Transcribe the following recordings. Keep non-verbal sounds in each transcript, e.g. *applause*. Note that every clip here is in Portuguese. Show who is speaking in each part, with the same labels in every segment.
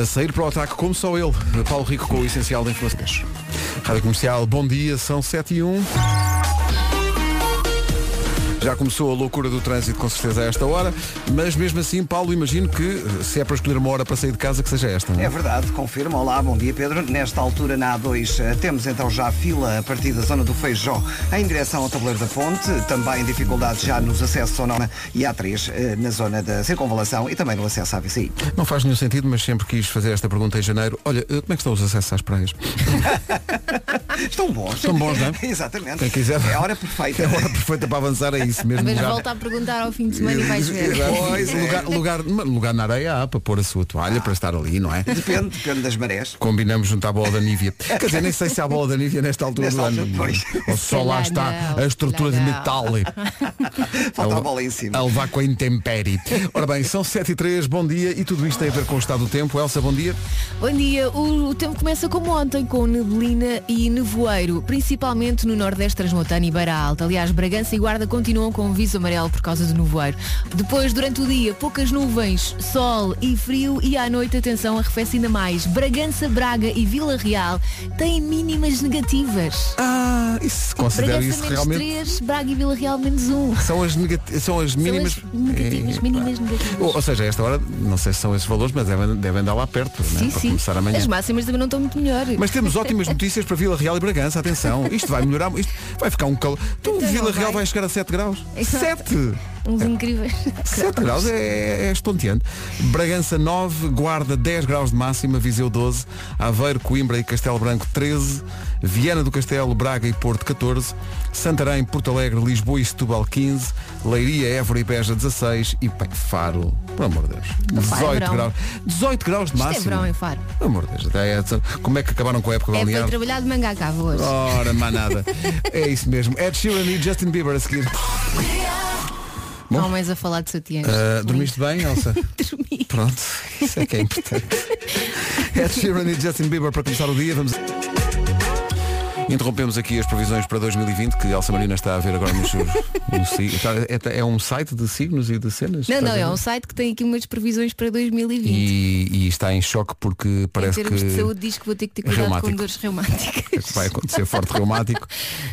Speaker 1: A sair para o ataque como só ele. Paulo Rico com o essencial da informação. Rádio Comercial, bom dia, são 7 e 1. Já começou a loucura do trânsito, com certeza, a esta hora, mas mesmo assim, Paulo, imagino que se é para escolher uma hora para sair de casa, que seja esta. não
Speaker 2: É verdade, confirma. Olá, bom dia Pedro. Nesta altura na A2 eh, temos então já fila a partir da zona do Feijó em direção ao Tabuleiro da Ponte, também dificuldades já nos acessos à Nona e A3 eh, na zona da Circunvalação e também no acesso à VCI.
Speaker 1: Não faz nenhum sentido, mas sempre quis fazer esta pergunta em janeiro. Olha, eh, como é que estão os acessos às praias? *laughs*
Speaker 2: Estão bons.
Speaker 1: Estão bons, não é?
Speaker 2: *laughs* Exatamente.
Speaker 1: Quem quiser.
Speaker 2: É a hora perfeita.
Speaker 1: É a hora perfeita para avançar, é isso mesmo.
Speaker 3: Mas
Speaker 1: já.
Speaker 3: volta a perguntar ao fim de semana e vais ver.
Speaker 1: Exato.
Speaker 2: Pois é.
Speaker 1: lugar, lugar, lugar na areia há para pôr a sua toalha, para estar ali, não é?
Speaker 2: Depende, depende das marés.
Speaker 1: Combinamos junto à bola da Nívia. Quer dizer, nem sei se há bola da Nívia nesta altura
Speaker 2: Nesta
Speaker 1: do
Speaker 2: altura,
Speaker 1: ano.
Speaker 2: pois.
Speaker 1: Ou só
Speaker 3: Se
Speaker 1: lá
Speaker 3: calhar
Speaker 1: está
Speaker 3: não,
Speaker 1: a estrutura
Speaker 3: se
Speaker 1: de
Speaker 3: calhar
Speaker 1: metal. É
Speaker 2: Falta a bola em cima.
Speaker 1: A levar com a intempérie. Ora bem, são 7 e 3, bom dia, e tudo isto tem a ver com o estado do tempo. Elsa, bom dia.
Speaker 3: Bom dia, o, o tempo começa como ontem, com neblina e nevoeiro, principalmente no Nordeste Transmontano e Beira Alta. Aliás, Bragança e Guarda continuam com um viso amarelo por causa do nevoeiro. Depois, durante o dia, poucas nuvens, sol e frio e à noite a tensão arrefece ainda mais. Bragança, Braga e Vila Real têm mínimas negativas.
Speaker 1: Ah, isso considero
Speaker 3: Bragança
Speaker 1: isso
Speaker 3: menos
Speaker 1: realmente.
Speaker 3: 3, Braga e Vila Real menos 1.
Speaker 1: São as, negati- são as mínimas.
Speaker 3: São as negativas,
Speaker 1: Eh,
Speaker 3: mínimas negativas.
Speaker 1: Ou, ou seja, a esta hora, não sei se são esses valores, mas devem, devem dar lá perto, né,
Speaker 3: Sim,
Speaker 1: para
Speaker 3: sim.
Speaker 1: começar amanhã.
Speaker 3: As máximas também não estão muito melhor.
Speaker 1: Mas temos ótimas notícias para Vila Real e Bragança, atenção. Isto vai melhorar, isto vai ficar um calor. Tu,
Speaker 3: Então,
Speaker 1: Vila
Speaker 3: não
Speaker 1: Real
Speaker 3: vai?
Speaker 1: vai chegar a 7 graus.
Speaker 3: Exato.
Speaker 1: 7!
Speaker 3: Uns *laughs* incríveis.
Speaker 1: 7 graus é, é estonteante. Bragança 9, Guarda 10 graus de máxima, Viseu 12, Aveiro, Coimbra e Castelo Branco 13, Viana do Castelo, Braga e Porto 14, Santarém, Porto Alegre, Lisboa e Setúbal 15, Leiria, Évora e Beja 16 e bem, Faro, por amor de Deus,
Speaker 3: Faro é
Speaker 1: 18
Speaker 3: verão.
Speaker 1: graus. 18 graus de
Speaker 3: Isto é
Speaker 1: máxima.
Speaker 3: verão em Faro.
Speaker 1: Pelo amor de Deus, até é- como é que acabaram com a época
Speaker 3: É para
Speaker 1: balnear?
Speaker 3: trabalhar de manga à cava hoje.
Speaker 1: Ora, *laughs* manada. é isso mesmo. Ed Sheeran e Justin Bieber a seguir. Bom.
Speaker 3: Homens um a falar de sutiãs.
Speaker 1: Ah, dormiste bem,
Speaker 3: *laughs*
Speaker 1: Elsa?
Speaker 3: Dormi.
Speaker 1: Pronto, isso é que é
Speaker 3: *laughs*
Speaker 1: importante. Ed Sheeran e Justin Bieber para começar o dia. Vamos. Interrompemos aqui as previsões para 2020 que Elsa Marina está a ver agora nos *laughs* seus. no si- está- é, é um site de signos e de cenas?
Speaker 3: Não,
Speaker 1: Estás
Speaker 3: não,
Speaker 1: a ver?
Speaker 3: é um site que tem aqui umas previsões para 2020.
Speaker 1: E, e está em choque porque parece
Speaker 3: em
Speaker 1: que
Speaker 3: termos de saúde diz que vou ter que ter cuidado
Speaker 1: Reumático.
Speaker 3: com dores
Speaker 1: é que
Speaker 3: reumáticas.
Speaker 1: vai acontecer
Speaker 3: *laughs*
Speaker 1: forte reumático.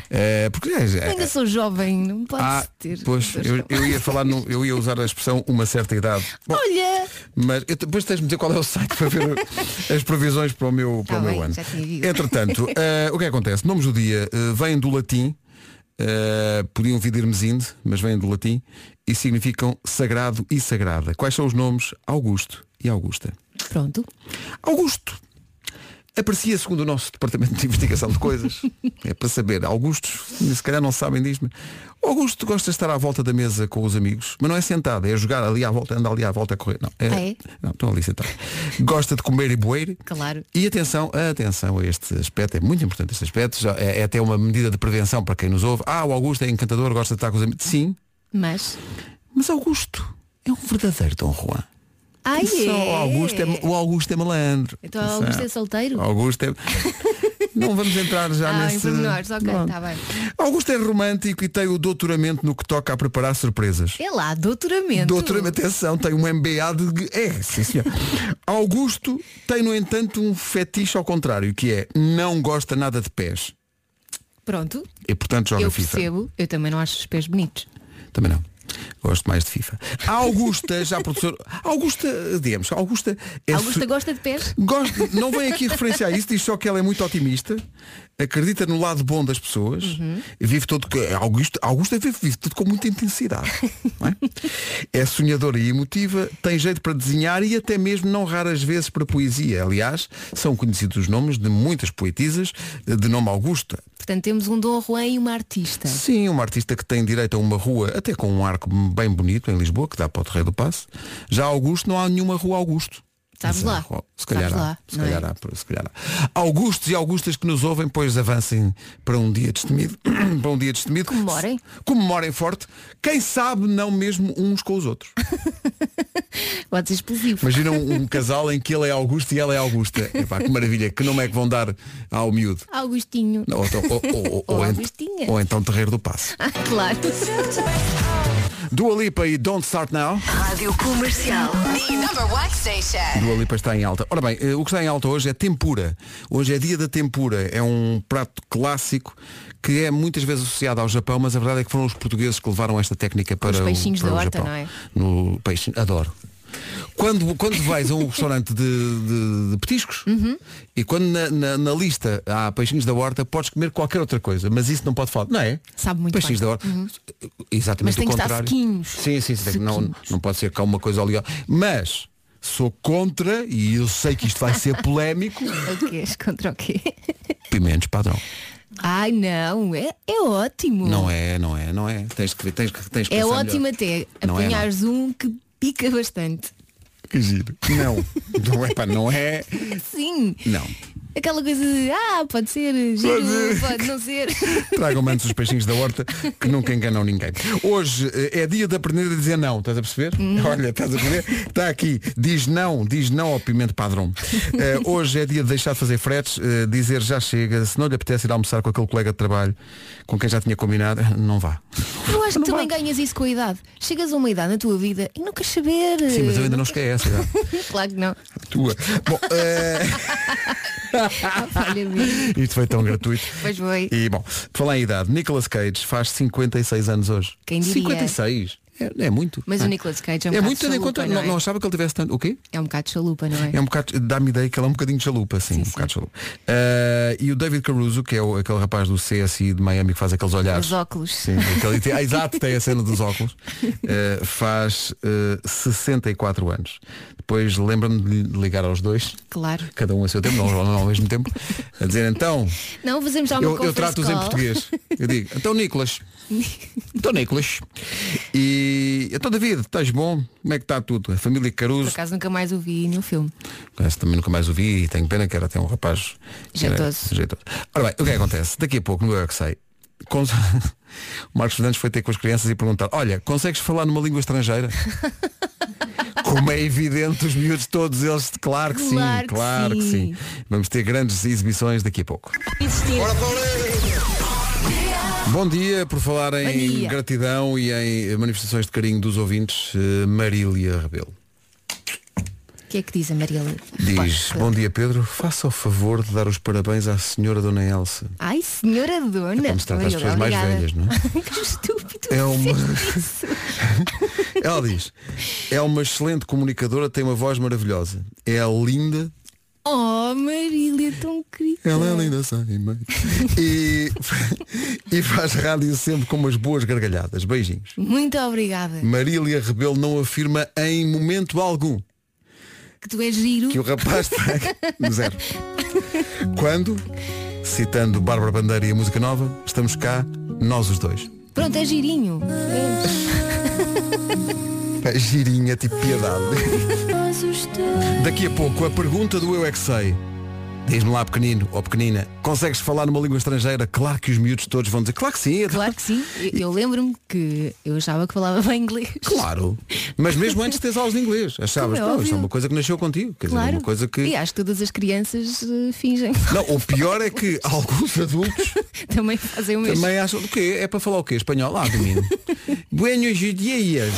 Speaker 1: Eh, porque é,
Speaker 3: Ainda sou jovem, não posso
Speaker 1: Ah,
Speaker 3: ter.
Speaker 1: pois,
Speaker 3: dores
Speaker 1: eu, eu ia falar, no- eu ia usar a expressão uma certa idade. Bom,
Speaker 3: Olha!
Speaker 1: mas eu- depois tens-me dizer qual é o site para ver
Speaker 3: *laughs*
Speaker 1: as previsões para o meu, para
Speaker 3: Tá
Speaker 1: o meu
Speaker 3: bem,
Speaker 1: ano.
Speaker 3: já tinha dito.
Speaker 1: Entretanto,
Speaker 3: *laughs*
Speaker 1: eh, o que é que acontece? Nomes do dia eh, vêm do latim, eh, podiam vir de Hermesinde, mas vêm do latim, e significam sagrado e sagrada. Quais são os nomes? Augusto e Augusta.
Speaker 3: Pronto.
Speaker 1: Augusto. Aparecia segundo o nosso departamento de investigação de coisas. é para saber. Augustos, se calhar não sabem disso, mas o Augusto gosta de estar à volta da mesa com os amigos, mas não é sentado, é jogar ali à volta, anda ali à volta a correr. Não,
Speaker 3: Ah, é?
Speaker 1: não estão ali sentado. Gosta de comer e boeiro.
Speaker 3: Claro.
Speaker 1: E atenção, atenção a este aspecto, é muito importante este aspecto, já é, é até uma medida de prevenção para quem nos ouve. Ah, o Augusto é encantador, gosta de estar com os amigos. Sim,
Speaker 3: Mas.
Speaker 1: mas Augusto é um verdadeiro Dom Juan.
Speaker 3: Ai,
Speaker 1: Atenção,
Speaker 3: é.
Speaker 1: o, Augusto é, o Augusto é malandro.
Speaker 3: Então o
Speaker 1: Atenção.
Speaker 3: Augusto é solteiro? *laughs*
Speaker 1: Augusto é... Não vamos entrar já
Speaker 3: Ah, em
Speaker 1: nesse...
Speaker 3: pormenores, ok,
Speaker 1: Pronto.
Speaker 3: tá bem.
Speaker 1: Augusto é romântico e tem o doutoramento no que toca a preparar surpresas.
Speaker 3: É lá, doutoramento.
Speaker 1: Doutoramento, atenção, tem um MBA de... É, sim senhor. Augusto tem, no entanto, um fetiche ao contrário, que é não gosta nada de pés.
Speaker 3: Pronto,
Speaker 1: E, portanto, joga
Speaker 3: eu
Speaker 1: FIFA.
Speaker 3: percebo. Eu também não acho os pés bonitos.
Speaker 1: Também não. Gosto mais de FIFA. A Augusta, já professor... Augusta, digamos, Augusta... É
Speaker 3: Augusta
Speaker 1: su-
Speaker 3: gosta de pés?
Speaker 1: Gosto- não vem aqui referenciar isso, diz só que ela é muito otimista, acredita no lado bom das pessoas, vive todo que Augusto, Augusta vive, vive tudo com muita intensidade. não é? é sonhadora e emotiva, tem jeito para desenhar e até mesmo não raras vezes para poesia. Aliás, são conhecidos os nomes de muitas poetisas de nome Augusta.
Speaker 3: Portanto, temos um Dom Juan e uma artista.
Speaker 1: Sim, uma artista que tem direito a uma rua, até com um arco bem bonito em Lisboa, que dá para o Terreiro do Passo. Já Augusto não há nenhuma rua Augusto.
Speaker 3: Sabes lá.
Speaker 1: Mas, ah, Se calhar,
Speaker 3: Sabes
Speaker 1: há,
Speaker 3: lá,
Speaker 1: se,
Speaker 3: não é?
Speaker 1: calhar há, se calhar há. Augustos e Augustas que nos ouvem, pois avancem para um dia destemido. *coughs* para um dia destemido.
Speaker 3: Comemorem.
Speaker 1: Comemorem forte. Quem sabe não mesmo uns com os outros.
Speaker 3: Pode ser explosivo.
Speaker 1: Imagina um, um casal em que ele é Augusto e ela é Augusta. Epá, que maravilha. Que nome é que vão dar ao miúdo?
Speaker 3: Augustinho.
Speaker 1: Ou, então- ou- ou- ou-
Speaker 3: *laughs* Ou
Speaker 1: ou ent-
Speaker 3: Augustinha.
Speaker 1: ou então Terreiro do Passo.
Speaker 3: Ah, claro.
Speaker 1: Dua Lipa e Don't Start Now.
Speaker 4: Rádio Comercial. The number one station.
Speaker 1: *laughs* Dua Lipa está em alta. Ora bem, eh, o que está em alta hoje é tempura. Hoje é dia da tempura. É um prato clássico que é muitas vezes associado ao Japão, mas a verdade é que foram os portugueses que levaram esta técnica para
Speaker 3: os peixinhos
Speaker 1: o, para
Speaker 3: da
Speaker 1: o
Speaker 3: horta,
Speaker 1: Japão.
Speaker 3: não é?
Speaker 1: No peixe, adoro. Quando, quando vais a um restaurante de, de- de petiscos
Speaker 3: Uhum.
Speaker 1: e quando na, na- na lista há peixinhos da horta, podes comer qualquer outra coisa, mas isso não pode faltar, não é?
Speaker 3: Sabe muito
Speaker 1: Peixinhos
Speaker 3: bem. Uhum.
Speaker 1: da horta.
Speaker 3: Mas
Speaker 1: Exatamente
Speaker 3: tem
Speaker 1: o
Speaker 3: que estar
Speaker 1: contrário.
Speaker 3: sequinhos.
Speaker 1: Sim, sim, sim. Não, não pode ser cá uma coisa oleosa. Mas sou contra, e eu sei que isto vai
Speaker 3: *laughs*
Speaker 1: ser polémico,
Speaker 3: O quê? Contra o quê?
Speaker 1: pimentos padrão.
Speaker 3: Ai não, é, é ótimo.
Speaker 1: Não é, não é, não é. Tens que, tens que, tens que
Speaker 3: É
Speaker 1: pensar
Speaker 3: ótimo
Speaker 1: melhor.
Speaker 3: até
Speaker 1: Não é, não.
Speaker 3: apanhares um que pica bastante.
Speaker 1: Que giro. Não,
Speaker 3: *laughs*
Speaker 1: não é, pá, não é.
Speaker 3: Sim.
Speaker 1: Não.
Speaker 3: Aquela coisa de, ah, pode ser, giro,
Speaker 1: Pode ser.
Speaker 3: pode, não ser.
Speaker 1: Tragam-me antes os peixinhos da horta que nunca enganam ninguém. Hoje eh, é dia de aprender a dizer não, estás a perceber?
Speaker 3: Hum.
Speaker 1: Olha, estás a perceber? Está aqui, diz não, diz não ao pimento padrão. Eh, hoje é dia de deixar de fazer fretes, eh, dizer já chega, se não lhe apetece ir almoçar com aquele colega de trabalho com quem já tinha combinado, *laughs* não vá.
Speaker 3: Eu acho que também ganhas isso com a idade. Chegas a uma idade na tua vida e não queres saber.
Speaker 1: Sim, mas eu ainda não cheguei a essa. já.
Speaker 3: *laughs* Claro que não.
Speaker 1: Tua. Bom, eh,
Speaker 3: Ah, falha mesmo.
Speaker 1: isto foi tão gratuito.
Speaker 3: Pois foi.
Speaker 1: E bom, por falar em idade, Nicolas Cage faz 56 anos hoje.
Speaker 3: Quem diria?
Speaker 1: 56? É, é muito.
Speaker 3: Mas o
Speaker 1: Ah.
Speaker 3: Nicolas Cage é um
Speaker 1: É
Speaker 3: bocado
Speaker 1: muito tendo em
Speaker 3: chalupa,
Speaker 1: conta.
Speaker 3: não
Speaker 1: Não,
Speaker 3: é?
Speaker 1: não achava que ele tivesse tanto. O quê?
Speaker 3: É um bocado chalupa, não é?
Speaker 1: É um bocado, dá-me ideia que ele é um bocadinho de chalupa, sim, um bocado chalupa. Ah, e o David Caruso, que é o- aquele rapaz do CSI de Miami que faz aqueles olhares.
Speaker 3: Os óculos.
Speaker 1: Sim, aquele,
Speaker 3: *laughs*
Speaker 1: tem- ah, exato, tem a cena dos óculos. *laughs* Ah, faz ah, 64 anos. Depois lembra-me de ligar aos dois,
Speaker 3: Claro.
Speaker 1: cada um a seu tempo, não, não ao mesmo tempo, a dizer *laughs* então,
Speaker 3: Não, fazemos já uma
Speaker 1: eu, eu
Speaker 3: conference
Speaker 1: trato-os em
Speaker 3: call.
Speaker 1: português. Eu digo, então *laughs* Nicolas. então Nicolas. E então David, estás bom? Como é que está tudo? A família
Speaker 3: Por
Speaker 1: Caruso.
Speaker 3: acaso nunca mais o vi nenhum filme.
Speaker 1: Essa também nunca mais ouvi e tenho pena que era até um rapaz que era
Speaker 3: Jeitoso.
Speaker 1: jeitoso. Ora bem, o que é que acontece? Daqui a pouco, no Eu É que sei, cons- *laughs* o Marcos Fernandes foi ter com as crianças e perguntar, olha, consegues falar numa
Speaker 3: *laughs*
Speaker 1: língua estrangeira? Como é evidente, os miúdos todos eles, claro que
Speaker 3: Claro
Speaker 1: sim,
Speaker 3: que
Speaker 1: claro que sim.
Speaker 3: sim.
Speaker 1: Vamos ter grandes exibições daqui a pouco. Bom dia, por falar em
Speaker 3: dia.
Speaker 1: gratidão e em manifestações de carinho dos ouvintes, eh, Marília Rebelo.
Speaker 3: O que é que diz a Maria Lê?
Speaker 1: Diz, bom dia Pedro, faça o favor de dar os parabéns à senhora Dona Elsa.
Speaker 3: Ai, senhora dona.
Speaker 1: É como se trata as
Speaker 3: Olha,
Speaker 1: pessoas mais velhas, não é?
Speaker 3: *laughs* que estúpido.
Speaker 1: É uma-
Speaker 3: fez isso.
Speaker 1: Ela diz, é uma excelente comunicadora, tem uma voz maravilhosa. É linda.
Speaker 3: Oh, Marília, tão querida.
Speaker 1: é linda, sabe? bem. E, e faz rádio sempre com umas boas gargalhadas. Beijinhos.
Speaker 3: Muito obrigada.
Speaker 1: Marília Rebelo não afirma em momento algum
Speaker 3: Que tu és giro.
Speaker 1: que o rapaz *laughs* tem zero. Quando, citando Bárbara Bandeira e a música nova, estamos cá, nós os dois.
Speaker 3: Pronto, é girinho.
Speaker 1: Pá, Girinha, tipo piedade. Daqui a pouco, a pergunta do Eu É Que Sei. Diz-me lá, pequenino ou pequenina, consegues falar numa língua estrangeira? Claro que os miúdos todos vão dizer, claro que sim. é
Speaker 3: Claro que sim. Eu, eu lembro-me que eu achava que falava bem inglês.
Speaker 1: Claro. Mas mesmo antes de teres aulas de inglês, achavas,
Speaker 3: Como é
Speaker 1: não, isto é
Speaker 3: óbvio.
Speaker 1: uma coisa que nasceu contigo. Quer dizer, é uma coisa que...
Speaker 3: E acho que todas as crianças eh, fingem.
Speaker 1: Não, o pior é que *laughs* alguns adultos
Speaker 3: Também fazem o mesmo.
Speaker 1: Também acham do quê? É para falar o quê? Espanhol? Ah,
Speaker 3: *laughs*
Speaker 1: domino. Buenos dias.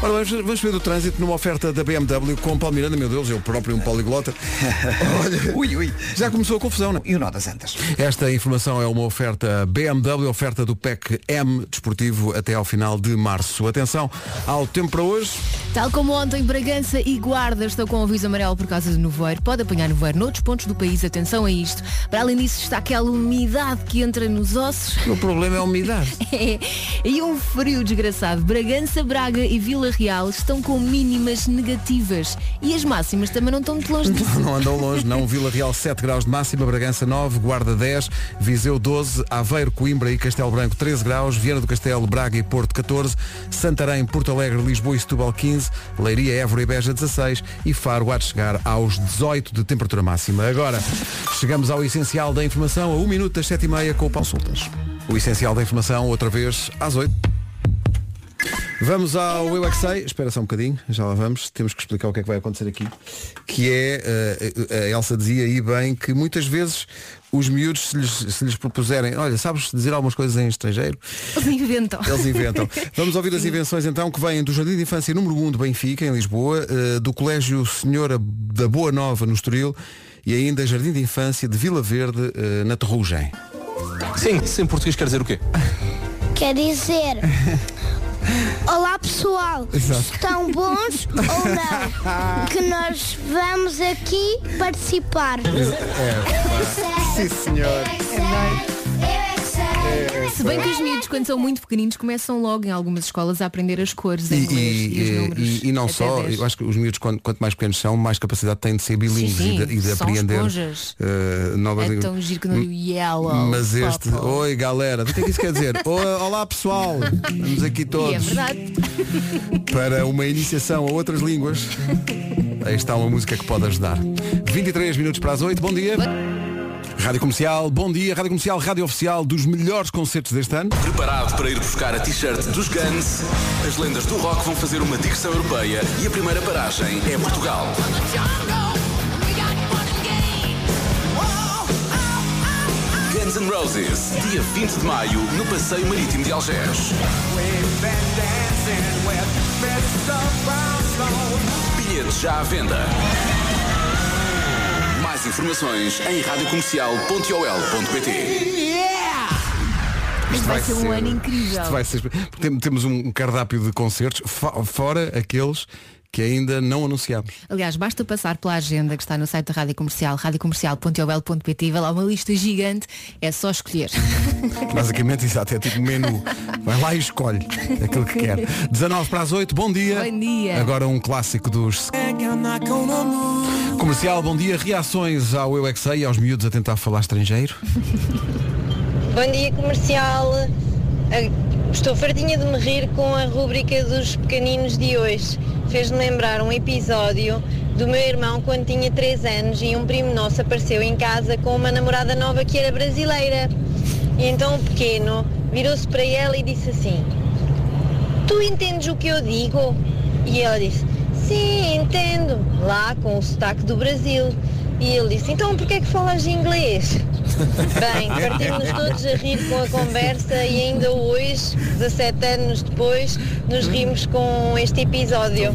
Speaker 1: Ora, vamos, vamos ver do trânsito numa oferta da BMW com Palmiranda, meu Deus, eu próprio um poliglota. *laughs* Olha,
Speaker 2: Ui, ui.
Speaker 1: já começou a confusão, não? é?
Speaker 2: E o nó das antas.
Speaker 1: Esta informação é uma oferta BMW, oferta do PEC M desportivo até ao final de março. Atenção ao tempo para hoje.
Speaker 3: Tal como ontem, Bragança e Guarda estão com o aviso amarelo por causa do nevoeiro. Pode apanhar nevoeiro noutros pontos do país, atenção a isto. Para além disso, está aquela umidade que entra nos ossos. *laughs*
Speaker 1: O problema é a umidade.
Speaker 3: e um frio desgraçado. Bragança, Braga e Vila Real estão com mínimas negativas. E as máximas também não estão muito longe
Speaker 1: *laughs*
Speaker 3: disso.
Speaker 1: Não andam longe, não. Vila Real 7 graus de máxima, Bragança 9, Guarda 10, Viseu 12, Aveiro, Coimbra e Castelo Branco 13 graus, Viana do Castelo, Braga e Porto 14, Santarém, Porto Alegre, Lisboa e Setúbal 15, Leiria, Évora e Beja 16 e Faro há de chegar aos 18 de temperatura máxima. Agora, chegamos ao essencial da informação a 1 minuto das 7h30 com o Paulo Soltas. O essencial da informação outra vez às 8. Vamos ao Eu é que Sei. Espera só um bocadinho, já lá vamos. Temos que explicar o que é que vai acontecer aqui. Que é, eh, a Elsa dizia aí bem que muitas vezes os miúdos, se lhes, se lhes propuserem, olha, sabes dizer algumas coisas em estrangeiro,
Speaker 3: Eles inventam.
Speaker 1: eles inventam. Vamos ouvir as invenções então que vêm do Jardim de Infância número 1 de Benfica, em Lisboa, eh, do Colégio Senhora da Boa Nova, no Estoril, e ainda Jardim de Infância de Vila Verde, eh, na Terrugem.
Speaker 5: Sim, sim, em português quer dizer o quê?
Speaker 6: Quer
Speaker 1: *laughs*
Speaker 6: dizer, olá pessoal, estão
Speaker 1: *laughs*
Speaker 6: bons ou não? Que nós vamos aqui participar.
Speaker 1: É, Sim, senhor.
Speaker 6: é
Speaker 1: É,
Speaker 3: Se bem que os miúdos, quando são muito pequeninos, começam logo em algumas escolas a aprender as cores em
Speaker 1: E,
Speaker 3: inglês e, os
Speaker 1: e-
Speaker 3: números.
Speaker 1: e- e não
Speaker 3: até
Speaker 1: só,
Speaker 3: 10.
Speaker 1: eu acho que os miúdos quanto, quanto mais pequenos são, mais capacidade têm de ser
Speaker 3: Sim,
Speaker 1: bilíngues
Speaker 3: sim,
Speaker 1: e de, e de
Speaker 3: são
Speaker 1: apreender
Speaker 3: esponjas.
Speaker 1: eh, novas
Speaker 3: É
Speaker 1: línguas.
Speaker 3: tão giro que não digo yellow.
Speaker 1: Mas este,
Speaker 3: purple.
Speaker 1: oi galera, o que é que isso
Speaker 3: *laughs*
Speaker 1: quer dizer? O- Olá pessoal, vamos aqui
Speaker 3: E é
Speaker 1: todos
Speaker 3: verdade.
Speaker 1: para uma iniciação a outras línguas. Aí está uma música que pode ajudar. 23 minutos para as 8, bom dia. Rádio Comercial, bom dia, Rádio Comercial, Rádio Oficial dos melhores concertos deste ano.
Speaker 5: Preparado para ir buscar a t-shirt dos Guns, as lendas do rock vão fazer uma digressão europeia e a primeira paragem é Portugal. Guns N' Roses, dia 20 de maio, no Passeio Marítimo de Algés. Bilhetes já à venda. Mais informações em radiocomercial.ol.pt
Speaker 3: Isto vai ser um ano incrível.
Speaker 1: Isto vai ser- porque tem- temos um cardápio de concertos, fo- fora aqueles que ainda não anunciámos.
Speaker 3: Aliás, basta passar pela agenda que está no site da Rádio Comercial, radiocomercial.ol.pt, vai lá uma lista gigante, é só escolher.
Speaker 1: Basicamente, exato, é tipo menu. Vai lá e escolhe aquilo que quer. 19 para as 8, bom dia.
Speaker 3: Bom dia.
Speaker 1: Agora um clássico dos. Comercial, bom dia. Reações ao Eu é Que Sei e aos miúdos a tentar falar estrangeiro.
Speaker 7: Bom dia comercial. Ah, Estou fartinha de me rir com a rúbrica dos pequeninos de hoje. Fez-me lembrar um episódio do meu irmão quando tinha 3 anos e um primo nosso apareceu em casa com uma namorada nova que era brasileira. E então o pequeno virou-se para ela e disse assim: Tu entendes o que eu digo? E ela disse: Sim, entendo. Lá com o sotaque do Brasil. E ele disse: Então porquê é que falas
Speaker 8: *laughs*
Speaker 7: inglês? Bem, partimos todos a rir com a conversa e ainda hoje, 17 anos depois, nos rimos com este episódio.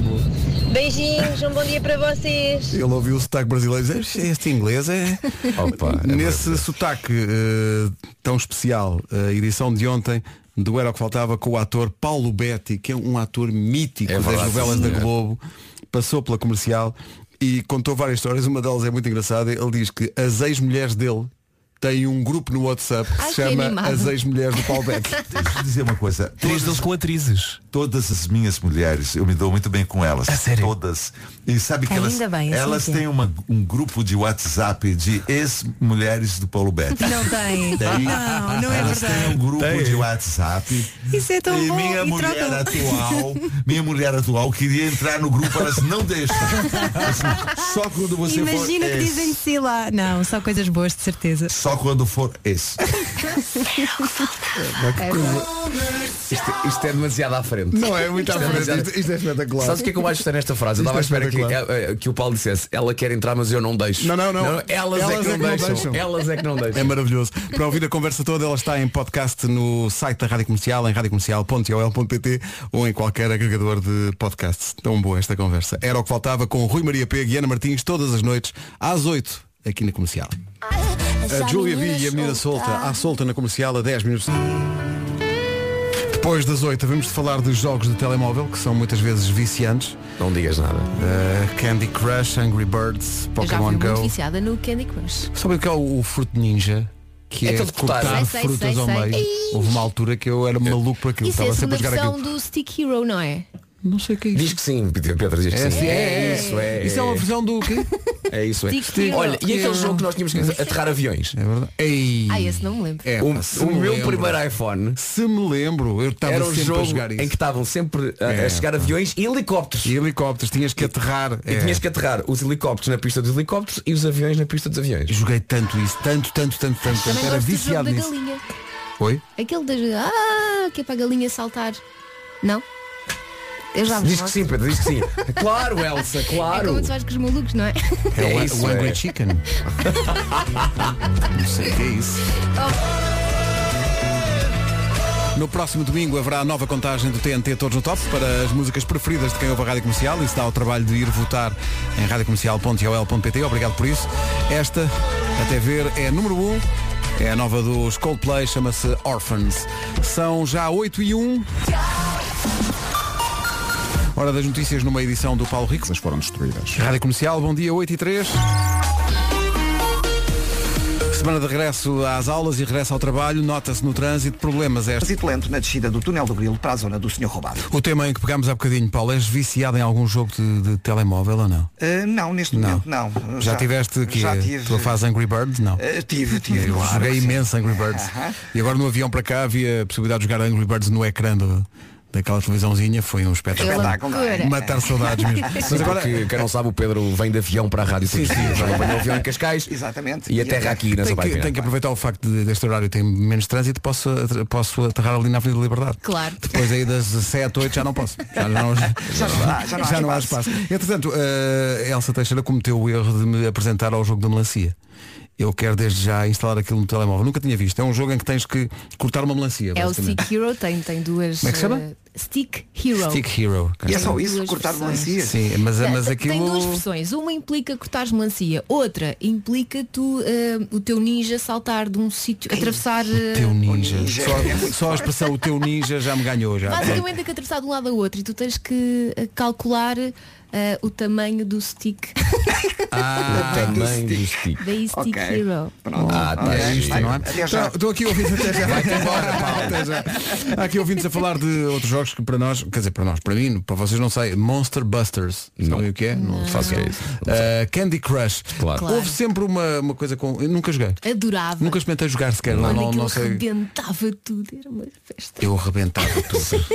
Speaker 7: Beijinhos, um bom dia para vocês.
Speaker 1: Ele ouviu o sotaque brasileiro e disse, "Este- este
Speaker 8: *laughs*
Speaker 1: inglês é.
Speaker 5: Opa, é
Speaker 1: Nesse sotaque eh, tão especial, eh, a edição de ontem do Era o que Faltava com o ator Paulo Betti, que é um ator mítico
Speaker 5: É
Speaker 1: das
Speaker 5: verdade,
Speaker 1: novelas
Speaker 5: sim,
Speaker 1: da
Speaker 5: senhor.
Speaker 1: Globo, passou pela comercial e contou várias histórias. Uma delas é muito engraçada. Ele diz que as ex-mulheres dele têm um grupo no WhatsApp que
Speaker 3: Ai,
Speaker 1: se
Speaker 3: que
Speaker 1: chama
Speaker 3: animado.
Speaker 1: As Ex-Mulheres do
Speaker 8: *laughs*
Speaker 1: Paulo Betti.
Speaker 9: Deixa-me dizer uma coisa.
Speaker 5: Três deles com atrizes.
Speaker 9: Todas as minhas mulheres, eu me dou muito bem com elas.
Speaker 5: A sério?
Speaker 9: Todas. E sabe que elas,
Speaker 3: Ainda bem, assim
Speaker 9: elas
Speaker 3: que é.
Speaker 9: têm uma- um grupo de WhatsApp de ex-mulheres do Paulo Beto.
Speaker 3: Não tem.
Speaker 9: *laughs* Daí,
Speaker 10: Não, não é
Speaker 9: elas
Speaker 10: verdade.
Speaker 9: têm um grupo
Speaker 5: Tem.
Speaker 9: de WhatsApp.
Speaker 10: Isso é tão
Speaker 9: e
Speaker 10: bom.
Speaker 9: minha
Speaker 10: e
Speaker 9: mulher
Speaker 10: trocam.
Speaker 9: atual, minha mulher atual queria entrar no grupo, elas não deixam. Assim, só quando você for
Speaker 10: Imagina o que
Speaker 9: esse.
Speaker 10: dizem de si lá. Não, só coisas boas, de certeza.
Speaker 9: Só quando for esse.
Speaker 8: Isto, isto é demasiado à frente.
Speaker 1: Não é muito à
Speaker 8: Isto é
Speaker 1: frente.
Speaker 8: demasiado-
Speaker 1: Isto, isto é espetacular.
Speaker 8: Sabes o que é que eu mais gostei nesta frase? Eu estava
Speaker 1: Isto
Speaker 8: à
Speaker 1: é
Speaker 8: espera que,
Speaker 1: espetacular.
Speaker 8: eh, eh, que o Paulo dissesse Ela quer entrar mas eu não deixo
Speaker 1: Não, não, não.
Speaker 8: elas, é que não, deixam. Elas é que não
Speaker 1: É
Speaker 8: deixam
Speaker 1: maravilhoso. Para ouvir a conversa toda, ela está em podcast no site da Rádio Comercial, em radiocomercial.ol.pt ou em qualquer agregador de podcasts. Tão boa esta conversa. Era o que faltava com Rui Maria Pego e Ana Martins todas as noites, às 8, aqui na Comercial. A Júlia B e a menina solta, à solta na Comercial, a 10 minutos. Depois das 8, vamos falar dos jogos de telemóvel, que são muitas vezes viciantes.
Speaker 8: Não digas nada
Speaker 1: Uh, Candy Crush, Angry Birds,
Speaker 3: Eu já fui
Speaker 1: Pokémon
Speaker 3: muito
Speaker 1: Go.
Speaker 3: viciada no Candy Crush.
Speaker 1: Sabe o que é o, o fruto ninja? Que
Speaker 8: É
Speaker 1: é,
Speaker 8: aquele de cortar.
Speaker 1: cortar
Speaker 3: Sei, sei,
Speaker 1: frutas
Speaker 3: sei,
Speaker 1: ao
Speaker 3: sei.
Speaker 1: meio. Houve uma altura que eu era maluco por aquilo.
Speaker 3: Isso é
Speaker 1: Estava
Speaker 3: a
Speaker 1: sempre
Speaker 3: segunda
Speaker 1: a jogar
Speaker 3: versão
Speaker 1: aquilo.
Speaker 3: do Stick Hero, não é?
Speaker 1: Não sei o que é
Speaker 8: Diz que sim, Pedro, diz que sim.
Speaker 1: sim,
Speaker 8: isso, é.
Speaker 1: Isso é uma versão do quê?
Speaker 8: É isso, é.
Speaker 3: assim, Diz que não.
Speaker 8: Olha, e aquele jogo que nós tínhamos que aterrar aviões?
Speaker 1: É verdade. Ei.
Speaker 3: Ah, esse não me lembro.
Speaker 1: É,
Speaker 8: O,
Speaker 1: pá, se
Speaker 8: o
Speaker 1: me
Speaker 8: meu
Speaker 1: lembro.
Speaker 8: primeiro iPhone
Speaker 1: Se me lembro, eu estava
Speaker 8: era um
Speaker 1: sempre a
Speaker 8: jogo
Speaker 1: jogar isso.
Speaker 8: em que estavam sempre a, a
Speaker 1: É,
Speaker 8: chegar
Speaker 1: pá.
Speaker 8: aviões e helicópteros.
Speaker 1: E
Speaker 8: E,
Speaker 1: helicópteros, tinhas que aterrar. é.
Speaker 8: tinhas que aterrar os helicópteros na pista dos helicópteros e os aviões na pista dos aviões.
Speaker 1: Joguei tanto isso, tanto, tanto, tanto, tanto, tanto.
Speaker 3: Também
Speaker 1: Era
Speaker 3: gosto do jogo
Speaker 1: viciado
Speaker 3: da
Speaker 1: nisso.
Speaker 3: galinha.
Speaker 1: Oi?
Speaker 3: Aquele das. Ah, que é para a galinha saltar. Não? Eu já
Speaker 8: Diz
Speaker 3: vou.
Speaker 8: que sim, Pedro, diz que sim. claro, Elsa,
Speaker 3: É
Speaker 8: claro.
Speaker 3: como tu vais com os malucos,
Speaker 1: *laughs*
Speaker 3: não é?
Speaker 8: É o- o Angry
Speaker 1: Chicken.
Speaker 8: Não sei o que é isso.
Speaker 1: No próximo domingo haverá a nova contagem do TNT Todos no Top para as músicas preferidas de quem ouve a Rádio Comercial e se dá ao trabalho de ir votar em radiocomercial.ol.pt. Obrigado por isso. Esta, até ver, é a número 1. Um. É a nova dos Coldplay, chama-se Orphans. São já 8 e 1. Hora das notícias numa edição do Paulo Rico. As foram destruídas. Rádio Comercial, bom dia, 8 e 3. Semana de regresso às aulas e regresso ao trabalho. Nota-se no trânsito problemas este.
Speaker 2: Trânsito lento na descida do túnel do Grilo para a zona do Senhor Roubado.
Speaker 1: O tema em que pegámos há bocadinho, Paulo, és viciado em algum jogo de, de telemóvel ou não?
Speaker 2: Ah, não, neste momento não.
Speaker 1: Já, tiveste aqui
Speaker 2: Já
Speaker 1: a
Speaker 2: tive.
Speaker 1: tua fase Angry Birds? Não.
Speaker 2: Ah, tive, tive.
Speaker 1: Eu
Speaker 2: claro
Speaker 1: joguei
Speaker 2: que sim.
Speaker 1: imenso Angry Birds.
Speaker 2: Aham.
Speaker 1: E agora no avião para cá havia a possibilidade de jogar Angry Birds no ecrã do- daquela televisãozinha. Foi um espetáculo.
Speaker 8: Espetáculo, não é?
Speaker 1: Matar saudades
Speaker 2: *laughs*
Speaker 1: mesmo.
Speaker 8: Sim, porque quem não sabe o Pedro vem de avião para a rádio sim, sim, já apanhou o avião em Cascais
Speaker 2: Exatamente.
Speaker 8: e aterra aqui na
Speaker 1: tem que,
Speaker 8: Sabaia.
Speaker 1: tem que aproveitar o facto de, deste horário tem menos trânsito, posso, atra- posso aterrar ali na Avenida da Liberdade.
Speaker 3: Claro.
Speaker 1: Depois aí das 7, 8 já
Speaker 3: *laughs*
Speaker 1: não posso. Já não,
Speaker 2: Já não há- já não há
Speaker 1: já não há espaço. Entretanto, eh, Elsa Teixeira cometeu o erro de me apresentar ao jogo da melancia. Eu quero desde já instalar aquilo no telemóvel. Nunca tinha visto. É um jogo em que tens que cortar uma melancia.
Speaker 3: É o
Speaker 1: basicamente.
Speaker 3: Stick Hero, tem, tem duas.
Speaker 1: Como é que chama?
Speaker 3: eh, Stick Hero.
Speaker 1: Stick Hero.
Speaker 3: E é só isso? Duas
Speaker 1: cortar
Speaker 3: melancia?
Speaker 1: Sim, mas,
Speaker 3: Tem-
Speaker 1: mas
Speaker 3: Tem
Speaker 1: aquilo.
Speaker 3: duas versões. Uma implica cortares melancia, outra implica tu eh, o teu ninja saltar de um sítio, atravessar. eh,
Speaker 1: Teu ninja. Só, só a expressão o teu ninja já me ganhou. Já.
Speaker 3: Basicamente é que atravessar de um lado ao outro e tu tens que eh, calcular eh, o tamanho do stick.
Speaker 1: Ah,
Speaker 8: também do stick.
Speaker 1: *laughs*
Speaker 3: Daí Stick Hero.
Speaker 8: Ah, tá
Speaker 1: É
Speaker 8: giro.
Speaker 1: isto, não é? Então, Estou aqui ouvindo até já. Vai-te embora, Paulo, até já. Há aqui ouvintes a falar de outros jogos que para nós, quer dizer, para nós, para mim, para vocês não sei, Monster Busters. Sabem o que é? Não, faço ideia. Ah, Candy Crush.
Speaker 8: Claro.
Speaker 3: Claro.
Speaker 1: Houve sempre uma, uma coisa com. Eu nunca joguei.
Speaker 3: Adorava.
Speaker 1: Nunca experimentei jogar sequer. Não,
Speaker 3: Olha
Speaker 1: não,
Speaker 3: é que eu
Speaker 1: não sei.
Speaker 3: arrebentava tudo, era uma festa.
Speaker 1: Eu arrebentava *laughs* tudo.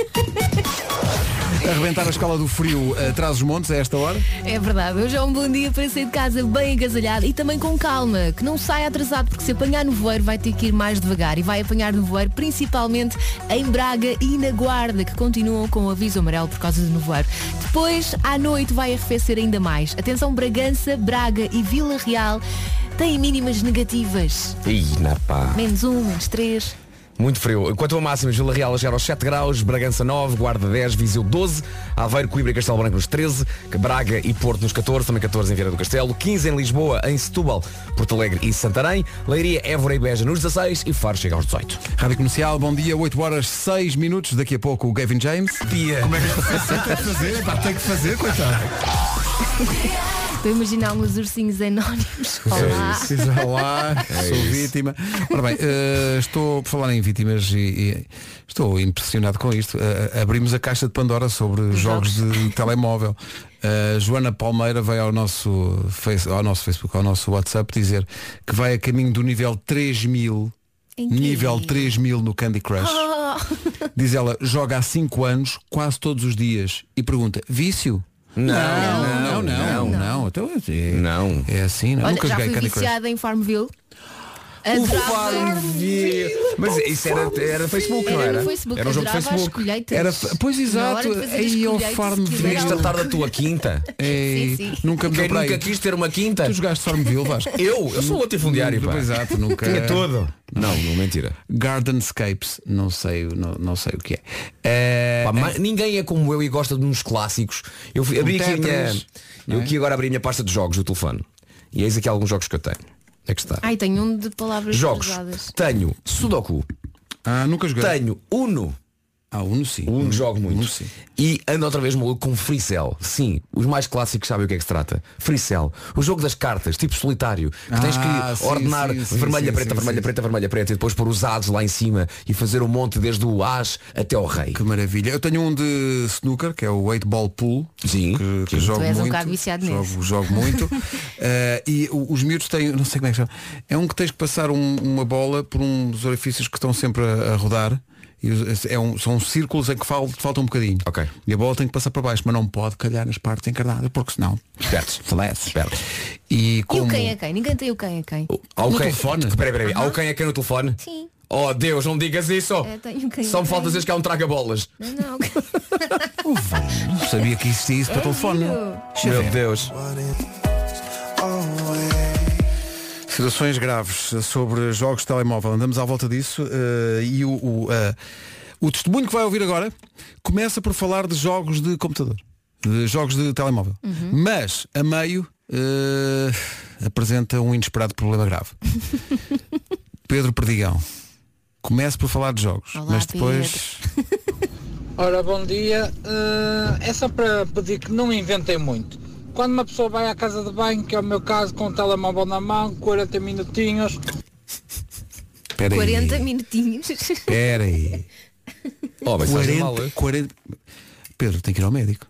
Speaker 1: Arrebentar a escola do frio atrás os montes a esta hora.
Speaker 3: É verdade, hoje é um bom dia para sair de casa bem agasalhado e também com calma, que não saia atrasado, porque se apanhar no voeiro vai ter que ir mais devagar e vai apanhar no voeiro principalmente em Braga e na Guarda, que continuam com o aviso amarelo por causa do nevoeiro. Depois, à noite, vai arrefecer ainda mais. Atenção, Bragança, Braga e Vila Real têm mínimas negativas.
Speaker 8: Ih, na pá.
Speaker 3: Menos um, menos três.
Speaker 8: Muito frio. Enquanto a máxima, Vila Real a chegar aos 7 graus, Bragança 9, Guarda 10, Viseu 12, Aveiro, Coimbra e Castelo Branco nos 13, Braga e Porto nos 14, também 14 em Vieira do Castelo, 15 em Lisboa, em Setúbal, Porto Alegre e Santarém, Leiria, Évora e Beja nos 16 e Faro chega aos 18.
Speaker 1: Rádio Comercial, bom dia, 8 horas 6 minutos, daqui a pouco o Gavin James.
Speaker 8: Dia.
Speaker 1: Como é que tem que fazer? Pá, tem que fazer, coitado.
Speaker 3: Estou a imaginar uns ursinhos anónimos.
Speaker 1: é
Speaker 3: Olá.
Speaker 1: Sim, sim, *laughs* Olá, sou vítima. Ora bem, eh, estou por falar em vítimas e, e estou impressionado com isto. Eh, abrimos a caixa de Pandora sobre jogos, de telemóvel. Eh, Joana Palmeira veio ao nosso, face, ao nosso Facebook, ao nosso WhatsApp dizer que vai a caminho do nível 3000,
Speaker 3: Incrível.
Speaker 1: nível 3000 no Candy Crush.
Speaker 3: Oh. *laughs*
Speaker 1: Diz ela, joga há 5 anos, quase todos os dias. E pergunta, vício? não, não, não, não. Então, é,
Speaker 8: Não.
Speaker 1: é assim, não.
Speaker 3: Olha,
Speaker 1: Nunca
Speaker 3: já
Speaker 1: joguei
Speaker 3: fui
Speaker 1: Candy Crush.
Speaker 3: viciada em Farmville.
Speaker 8: O
Speaker 3: Adorava.
Speaker 8: Farmville. Mas isso era, era Facebook, não
Speaker 3: Era
Speaker 8: era?
Speaker 3: no Facebook,
Speaker 8: Era um jogo de
Speaker 3: adorava as
Speaker 8: Facebook.
Speaker 3: colheitas.
Speaker 1: Era, fa- pois
Speaker 3: Na
Speaker 1: exato,
Speaker 3: hora de fazer as
Speaker 1: aí ao
Speaker 3: colheitas, que
Speaker 1: Farmville. tá-
Speaker 8: Tinhas de
Speaker 3: legal.
Speaker 8: tratar da tua quinta.
Speaker 1: Ei,
Speaker 3: Sim, sim.
Speaker 1: Nunca me deu
Speaker 8: Quem
Speaker 1: para
Speaker 8: nunca
Speaker 1: aí.
Speaker 8: quis ter uma quinta?
Speaker 1: Tu jogaste Farmville, Vasco?
Speaker 8: *laughs* Eu? Eu sou latifundiário, pá.
Speaker 1: Exato, nunca.
Speaker 8: *laughs* Tinha todo. É. Não, não, mentira.
Speaker 1: Gardenscapes, não sei, não, não sei o que é. é
Speaker 8: Pá, ma- ninguém é como eu e gosta de uns clássicos. Eu fui- abri aqui a minha.
Speaker 1: Tetris, é?
Speaker 8: Eu aqui agora abri a minha pasta de jogos do telefone. E eis aqui alguns jogos que eu tenho. É que está.
Speaker 3: Ai, tenho um de palavras
Speaker 8: Jogos.
Speaker 3: cruzadas.
Speaker 8: Tenho Sudoku.
Speaker 1: ah, nunca joguei.
Speaker 8: Tenho Uno.
Speaker 1: Ah, Uno sim.
Speaker 8: Uno jogo
Speaker 1: Uno
Speaker 8: muito.
Speaker 1: Uhum, sim.
Speaker 8: E ando outra vez maluco com Free Cell. Sim, os mais clássicos sabem o que é que se trata. Free Cell. O jogo das cartas, tipo solitário. Que tens que
Speaker 1: Ah, sim,
Speaker 8: ordenar
Speaker 1: sim, sim,
Speaker 8: vermelha,
Speaker 1: sim,
Speaker 8: preta,
Speaker 1: sim,
Speaker 8: vermelha,
Speaker 1: sim.
Speaker 8: preta, vermelha, preta. E depois pôr os ados lá em cima e fazer um monte desde o as até ao rei.
Speaker 1: Que maravilha. Eu tenho um de snooker, que é o 8 Ball Pool.
Speaker 8: Sim,
Speaker 1: Que, que jogo
Speaker 3: Tu és um
Speaker 1: muito.
Speaker 3: bocado viciado
Speaker 1: jogo,
Speaker 3: nesse.
Speaker 1: jogo muito.
Speaker 3: *laughs*
Speaker 1: Eh, e o- os miúdos têm, não sei como é que chama. É um que tens que passar um- uma bola por uns orifícios que estão sempre a, a rodar. E os- é um- são círculos em que fal- falta um bocadinho.
Speaker 8: Ok.
Speaker 1: E a bola tem que passar para baixo, mas não pode calhar nas partes encarnadas, porque senão.
Speaker 8: Espertos.
Speaker 1: Faleces.
Speaker 8: Espertos.
Speaker 1: E
Speaker 3: E
Speaker 1: como.
Speaker 3: o quem é quem? Ninguém tem o quem é quem.
Speaker 8: Há o
Speaker 1: No
Speaker 8: quem...
Speaker 1: telefone?
Speaker 8: Peraí, peraí, peraí. Há o quem é quem no telefone?
Speaker 3: Sim.
Speaker 8: Oh Deus, não digas isso!
Speaker 11: Eu tenho que-
Speaker 8: Só me falta dizer que há um traga-bolas.
Speaker 11: Não, não.
Speaker 3: *laughs*
Speaker 1: Não sabia que existia isso
Speaker 11: É
Speaker 1: para telefone.
Speaker 11: giro.
Speaker 1: Deixa eu
Speaker 8: Meu
Speaker 1: ver.
Speaker 8: Deus.
Speaker 1: Situações graves sobre jogos de telemóvel. Andamos à volta disso eh, e o, o, eh, o testemunho que vai ouvir agora começa por falar de jogos de computador, de jogos de telemóvel.
Speaker 8: Uhum.
Speaker 1: Mas, a meio, eh, apresenta um inesperado problema
Speaker 8: *laughs*
Speaker 1: grave. Pedro Perdigão. Começa por falar de jogos, mas depois
Speaker 12: Ora, bom dia. Eh, é só para pedir que não inventem muito. Quando uma pessoa vai à casa de banho, que é o meu caso, com o telemóvel na mão, 40 minutinhos.
Speaker 1: Espera aí.
Speaker 11: 40 minutinhos.
Speaker 1: Espera aí.
Speaker 8: Oh, mas *laughs* faz
Speaker 1: 40,
Speaker 8: mal, hein?
Speaker 1: 40 Pedro, tem que ir ao médico.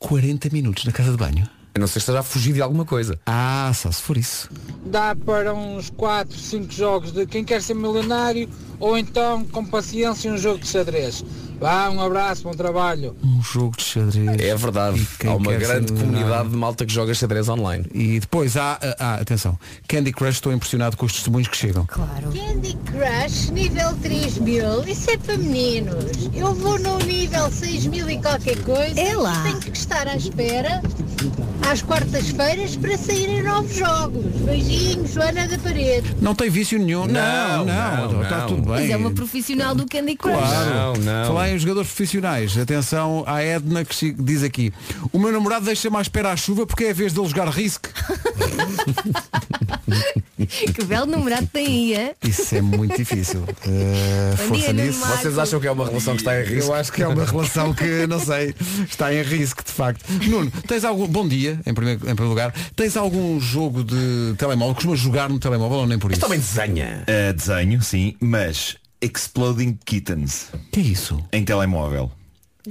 Speaker 1: 40 minutos na casa de banho.
Speaker 8: Eu não sei se estará a fugir de alguma coisa.
Speaker 1: Ah, só se for isso.
Speaker 12: Dá para uns 4, 5 jogos de quem quer ser milionário ou então, com paciência, um jogo de xadrez. Vá, um abraço, bom trabalho.
Speaker 1: Um jogo de xadrez.
Speaker 8: É verdade.
Speaker 1: quem
Speaker 8: Há uma
Speaker 1: quer
Speaker 8: grande
Speaker 1: ser é?
Speaker 8: comunidade de malta que joga xadrez online.
Speaker 1: E depois há, há- há- atenção, Candy Crush, estou impressionado com os testemunhos que chegam.
Speaker 13: Candy Crush nível 3000, isso é para meninos. Eu vou no nível 6000 e qualquer coisa. É lá. Tenho que estar à espera às quartas-feiras para saírem novos jogos. Beijinhos, Joana da Parede.
Speaker 1: Não tem vício nenhum.
Speaker 8: Não,
Speaker 1: Não, não,
Speaker 8: não,
Speaker 1: está
Speaker 8: não.
Speaker 1: tudo bem.
Speaker 3: Mas é uma profissional do Candy Crush.
Speaker 1: Claro.
Speaker 8: Não, não.
Speaker 1: Falar em jogadores profissionais. Atenção à Edna que se- diz aqui. O meu namorado deixa-me à espera à chuva porque é a vez dele jogar risco.
Speaker 3: que belo namorado tem aí, é?
Speaker 1: Isso é muito difícil.
Speaker 3: *laughs*
Speaker 1: Uh,
Speaker 3: Bom
Speaker 1: força
Speaker 3: dia, Nuno
Speaker 1: nisso.
Speaker 3: Marco. Vocês
Speaker 8: acham que é uma relação que está em risco?
Speaker 1: Eu acho que é uma relação que, não sei, está em risco, de facto. Nuno, tens algum. Bom dia, em primeiro, em primeiro lugar. Tens algum jogo de telemóvel? Costumas jogar no telemóvel ou nem por isso?
Speaker 14: também desenha. desenho, sim, mas Exploding Kittens.
Speaker 1: Que é isso?
Speaker 14: Em telemóvel.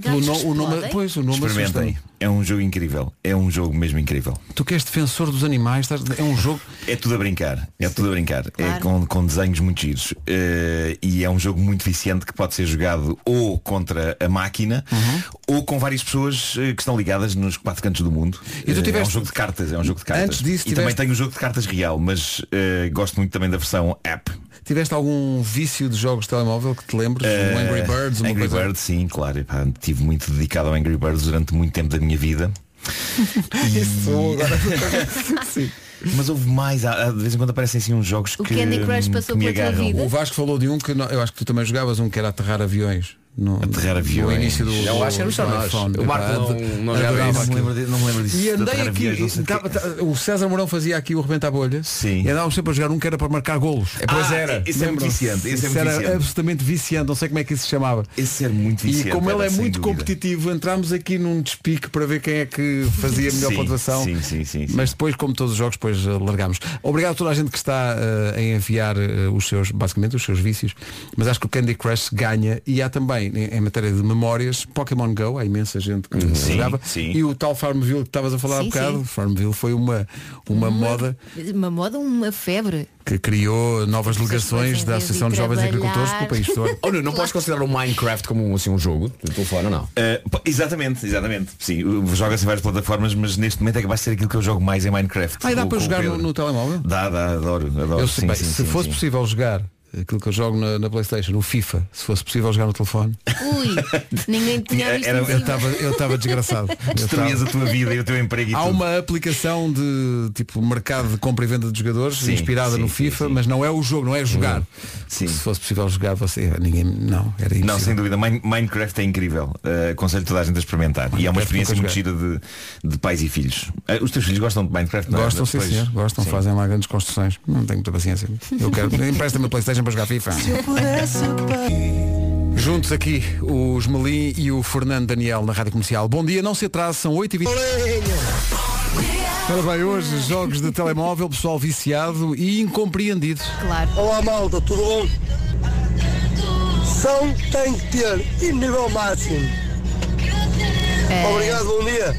Speaker 1: O, no- o nome, é- pois, o nome
Speaker 14: Experimentem.
Speaker 1: assusta-me.
Speaker 14: É um jogo incrível. É um jogo mesmo incrível.
Speaker 1: Tu que és defensor dos animais, estás- é um jogo.
Speaker 14: É tudo a brincar. É tudo a brincar. É com, com desenhos muito giros. Eh, e é um jogo muito viciante que pode ser jogado ou contra a máquina ou com várias pessoas eh, que estão ligadas nos quatro cantos do mundo.
Speaker 1: E tu
Speaker 14: Eh, É um
Speaker 1: tiveste-
Speaker 14: jogo de cartas. É um jogo de cartas.
Speaker 1: Antes disso,
Speaker 14: e também
Speaker 1: tiveste-
Speaker 14: tenho um jogo de cartas real, mas eh, gosto muito também da versão app.
Speaker 1: Tiveste algum vício de jogos de telemóvel que te lembres?
Speaker 8: Eh,
Speaker 1: Um Angry Birds, uma
Speaker 14: Angry
Speaker 1: coisa.
Speaker 14: Birds, sim, claro. Epá, Estive muito dedicado ao Angry Birds durante muito tempo da minha
Speaker 1: *laughs*
Speaker 14: vida.
Speaker 1: Isso agora. *laughs*
Speaker 14: Mas houve mais, há- há- de vez em quando aparecem assim uns jogos que. hum, que me agarram.
Speaker 1: O Vasco falou de um que não- eu acho que tu também jogavas um que era aterrar aviões. No, aterrar
Speaker 14: aviões.
Speaker 1: No início do,
Speaker 14: Não,
Speaker 1: do,
Speaker 14: acho que éramos só
Speaker 1: do
Speaker 14: nós.
Speaker 1: iPhone.
Speaker 14: O Marco
Speaker 1: Epá,
Speaker 14: não-
Speaker 1: ad-
Speaker 14: não jogava
Speaker 1: adorava
Speaker 14: isso.
Speaker 1: aquilo.
Speaker 14: Não me lembro de- não me lembro disso,
Speaker 1: E
Speaker 14: de
Speaker 1: andei
Speaker 14: aterrar
Speaker 1: aqui.
Speaker 14: aviões, não sei o quê.
Speaker 1: tava- tava- o César Mourão fazia aqui o Rebenta a Bolha. Sim. E andávamos sempre a jogar um que era para marcar golos.
Speaker 14: É, pois Ah, era. esse é muito
Speaker 1: Lembram-se?
Speaker 14: viciante, esse é muito
Speaker 1: era
Speaker 14: viciante.
Speaker 1: absolutamente viciante. Não sei como é que isso se chamava.
Speaker 14: Esse era muito
Speaker 1: E
Speaker 14: viciante,
Speaker 1: como ele
Speaker 14: era,
Speaker 1: é
Speaker 14: sem
Speaker 1: muito
Speaker 14: dúvida.
Speaker 1: competitivo, entramos aqui num despique para ver quem é que fazia a melhor
Speaker 14: Sim,
Speaker 1: pontuação.
Speaker 14: Sim, sim, sim. sim.
Speaker 1: Mas depois, como todos os jogos, depois eh, largámos. Obrigado a toda a gente que está eh, a enviar eh, os seus, basicamente, os seus vícios. Mas acho que o Candy Crush ganha. E há também, em, em matéria de memórias, Pokémon Go, há imensa gente que
Speaker 14: Uhum.
Speaker 1: jogava.
Speaker 14: Sim, sim.
Speaker 1: E o tal Farmville que estavas a falar há
Speaker 3: Sim,
Speaker 1: bocado,
Speaker 3: sim. Uhum.
Speaker 1: Farmville foi uma, uma moda
Speaker 3: Uma moda, uma febre.
Speaker 1: que criou novas delegações
Speaker 3: podem
Speaker 1: da
Speaker 3: vir
Speaker 1: Associação de Jovens
Speaker 3: trabalhar.
Speaker 1: Agricultores do país *laughs* todo.
Speaker 8: Oh, não, não podes considerar o Minecraft como assim, um jogo de telefone ou não?
Speaker 14: Eh, po- exatamente, exatamente. Sim, joga-se em várias plataformas, mas neste momento é que vai ser aquilo que eu jogo mais em Minecraft.
Speaker 1: Ah, e dá
Speaker 14: com-
Speaker 1: para
Speaker 14: com o
Speaker 1: jogar no,
Speaker 14: Pedro.
Speaker 1: no telemóvel?
Speaker 14: Dá, dá, adoro, adoro.
Speaker 1: Eu,
Speaker 14: sim,
Speaker 1: bem,
Speaker 14: sim,
Speaker 1: se
Speaker 14: sim,
Speaker 1: fosse
Speaker 14: sim.
Speaker 1: possível jogar aquilo que eu jogo na, na Playstation, o FIFA, se fosse possível jogar no telefone.
Speaker 3: Ui,
Speaker 1: *laughs*
Speaker 3: ninguém tinha visto
Speaker 1: Era-
Speaker 3: em
Speaker 1: eu
Speaker 3: cima.
Speaker 1: estava eu
Speaker 14: *laughs*
Speaker 1: estava desgraçado. Eu
Speaker 14: Destruías
Speaker 1: tava-
Speaker 14: a tua vida e o teu emprego e
Speaker 1: Há
Speaker 14: tudo.
Speaker 1: uma aplicação de tipo mercado de compra e venda de jogadores
Speaker 14: Sim,
Speaker 1: inspirada
Speaker 14: sim,
Speaker 1: no
Speaker 14: sim,
Speaker 1: FIFA, mas não é o jogo, não é jogar. Se fosse possível jogar, você ninguém não era
Speaker 14: Não, sem
Speaker 1: impossível.
Speaker 14: dúvida, Mine- Minecraft é incrível. Eh, aconselho toda a gente a experimentar. e é uma
Speaker 1: Minecraft
Speaker 14: experiência
Speaker 1: nunca
Speaker 14: muito gira de, de pais e filhos. Eh, os teus filhos gostam de Minecraft, não é?
Speaker 1: Gostam, sim,
Speaker 14: Depois-
Speaker 1: senhor. Gostam,
Speaker 14: Sim.
Speaker 1: fazem lá grandes construções. Não tenho muita paciência. Eu quero. Empresta-me a Playstation para jogar FIFA. Juntos aqui os Melim e o Fernando Daniel na Rádio Comercial. Bom dia, não se atrase, são 8h20. Ora bem, hoje jogos de telemóvel, pessoal viciado e incompreendido.
Speaker 3: Claro.
Speaker 15: Olá malta, tudo bom? São tem que ter e nível máximo. Obrigado, bom dia.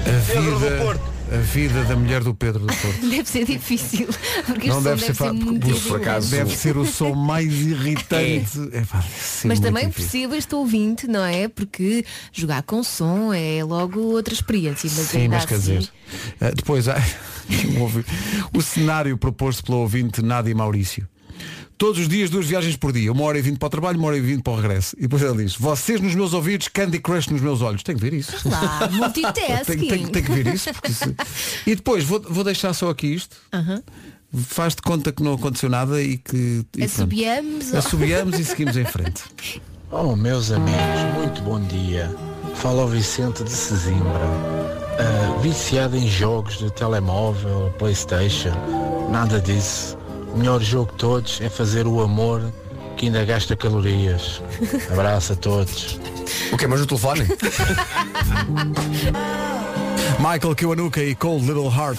Speaker 1: A
Speaker 15: Pedro do
Speaker 1: vida, a vida da mulher do Pedro do
Speaker 3: *laughs*
Speaker 1: Porto.
Speaker 3: Deve ser difícil. Porque
Speaker 1: Não
Speaker 3: este som
Speaker 1: deve ser, fa-
Speaker 3: muito
Speaker 1: por-
Speaker 3: irritante.
Speaker 1: deve ser o som mais irritante. É pá, deve ser
Speaker 3: Mas
Speaker 1: muito
Speaker 3: também
Speaker 1: difícil.
Speaker 3: perceba este ouvinte, não é? Porque jogar com som é logo outra experiência. Mas
Speaker 1: Sim,
Speaker 3: ainda
Speaker 1: mas quer
Speaker 3: assim,
Speaker 1: dizer. *laughs* eh, Depois há- houve- o cenário proposto pelo ouvinte Nádia Maurício. Todos os dias, duas viagens por dia. Uma hora e vinte para o trabalho, uma hora e vinte para o regresso. E depois ela diz, vocês nos meus ouvidos, Candy Crush nos meus olhos. Tem que
Speaker 3: *laughs*
Speaker 1: ver isso. *laughs*
Speaker 3: Claro, multitasking.
Speaker 1: tem,
Speaker 3: assim.
Speaker 1: tem- tem que ver isso.
Speaker 3: *laughs*
Speaker 1: porque se- E depois, vou, vou deixar só aqui isto.
Speaker 3: Aham.
Speaker 1: Faz de conta que não aconteceu nada e que... e pronto.
Speaker 3: Assobiamos.
Speaker 1: Assobiamos e seguimos em frente.
Speaker 11: Oh, meus amigos, muito bom dia. Fala o Vicente de Sesimbra. Ah, viciado em jogos de telemóvel, Playstation, nada disso. O melhor jogo de todos é fazer o amor que ainda gasta calorias. Abraço a todos.
Speaker 8: O que mas o telefone?
Speaker 1: Michael Kiwanuka e Cold Little Heart.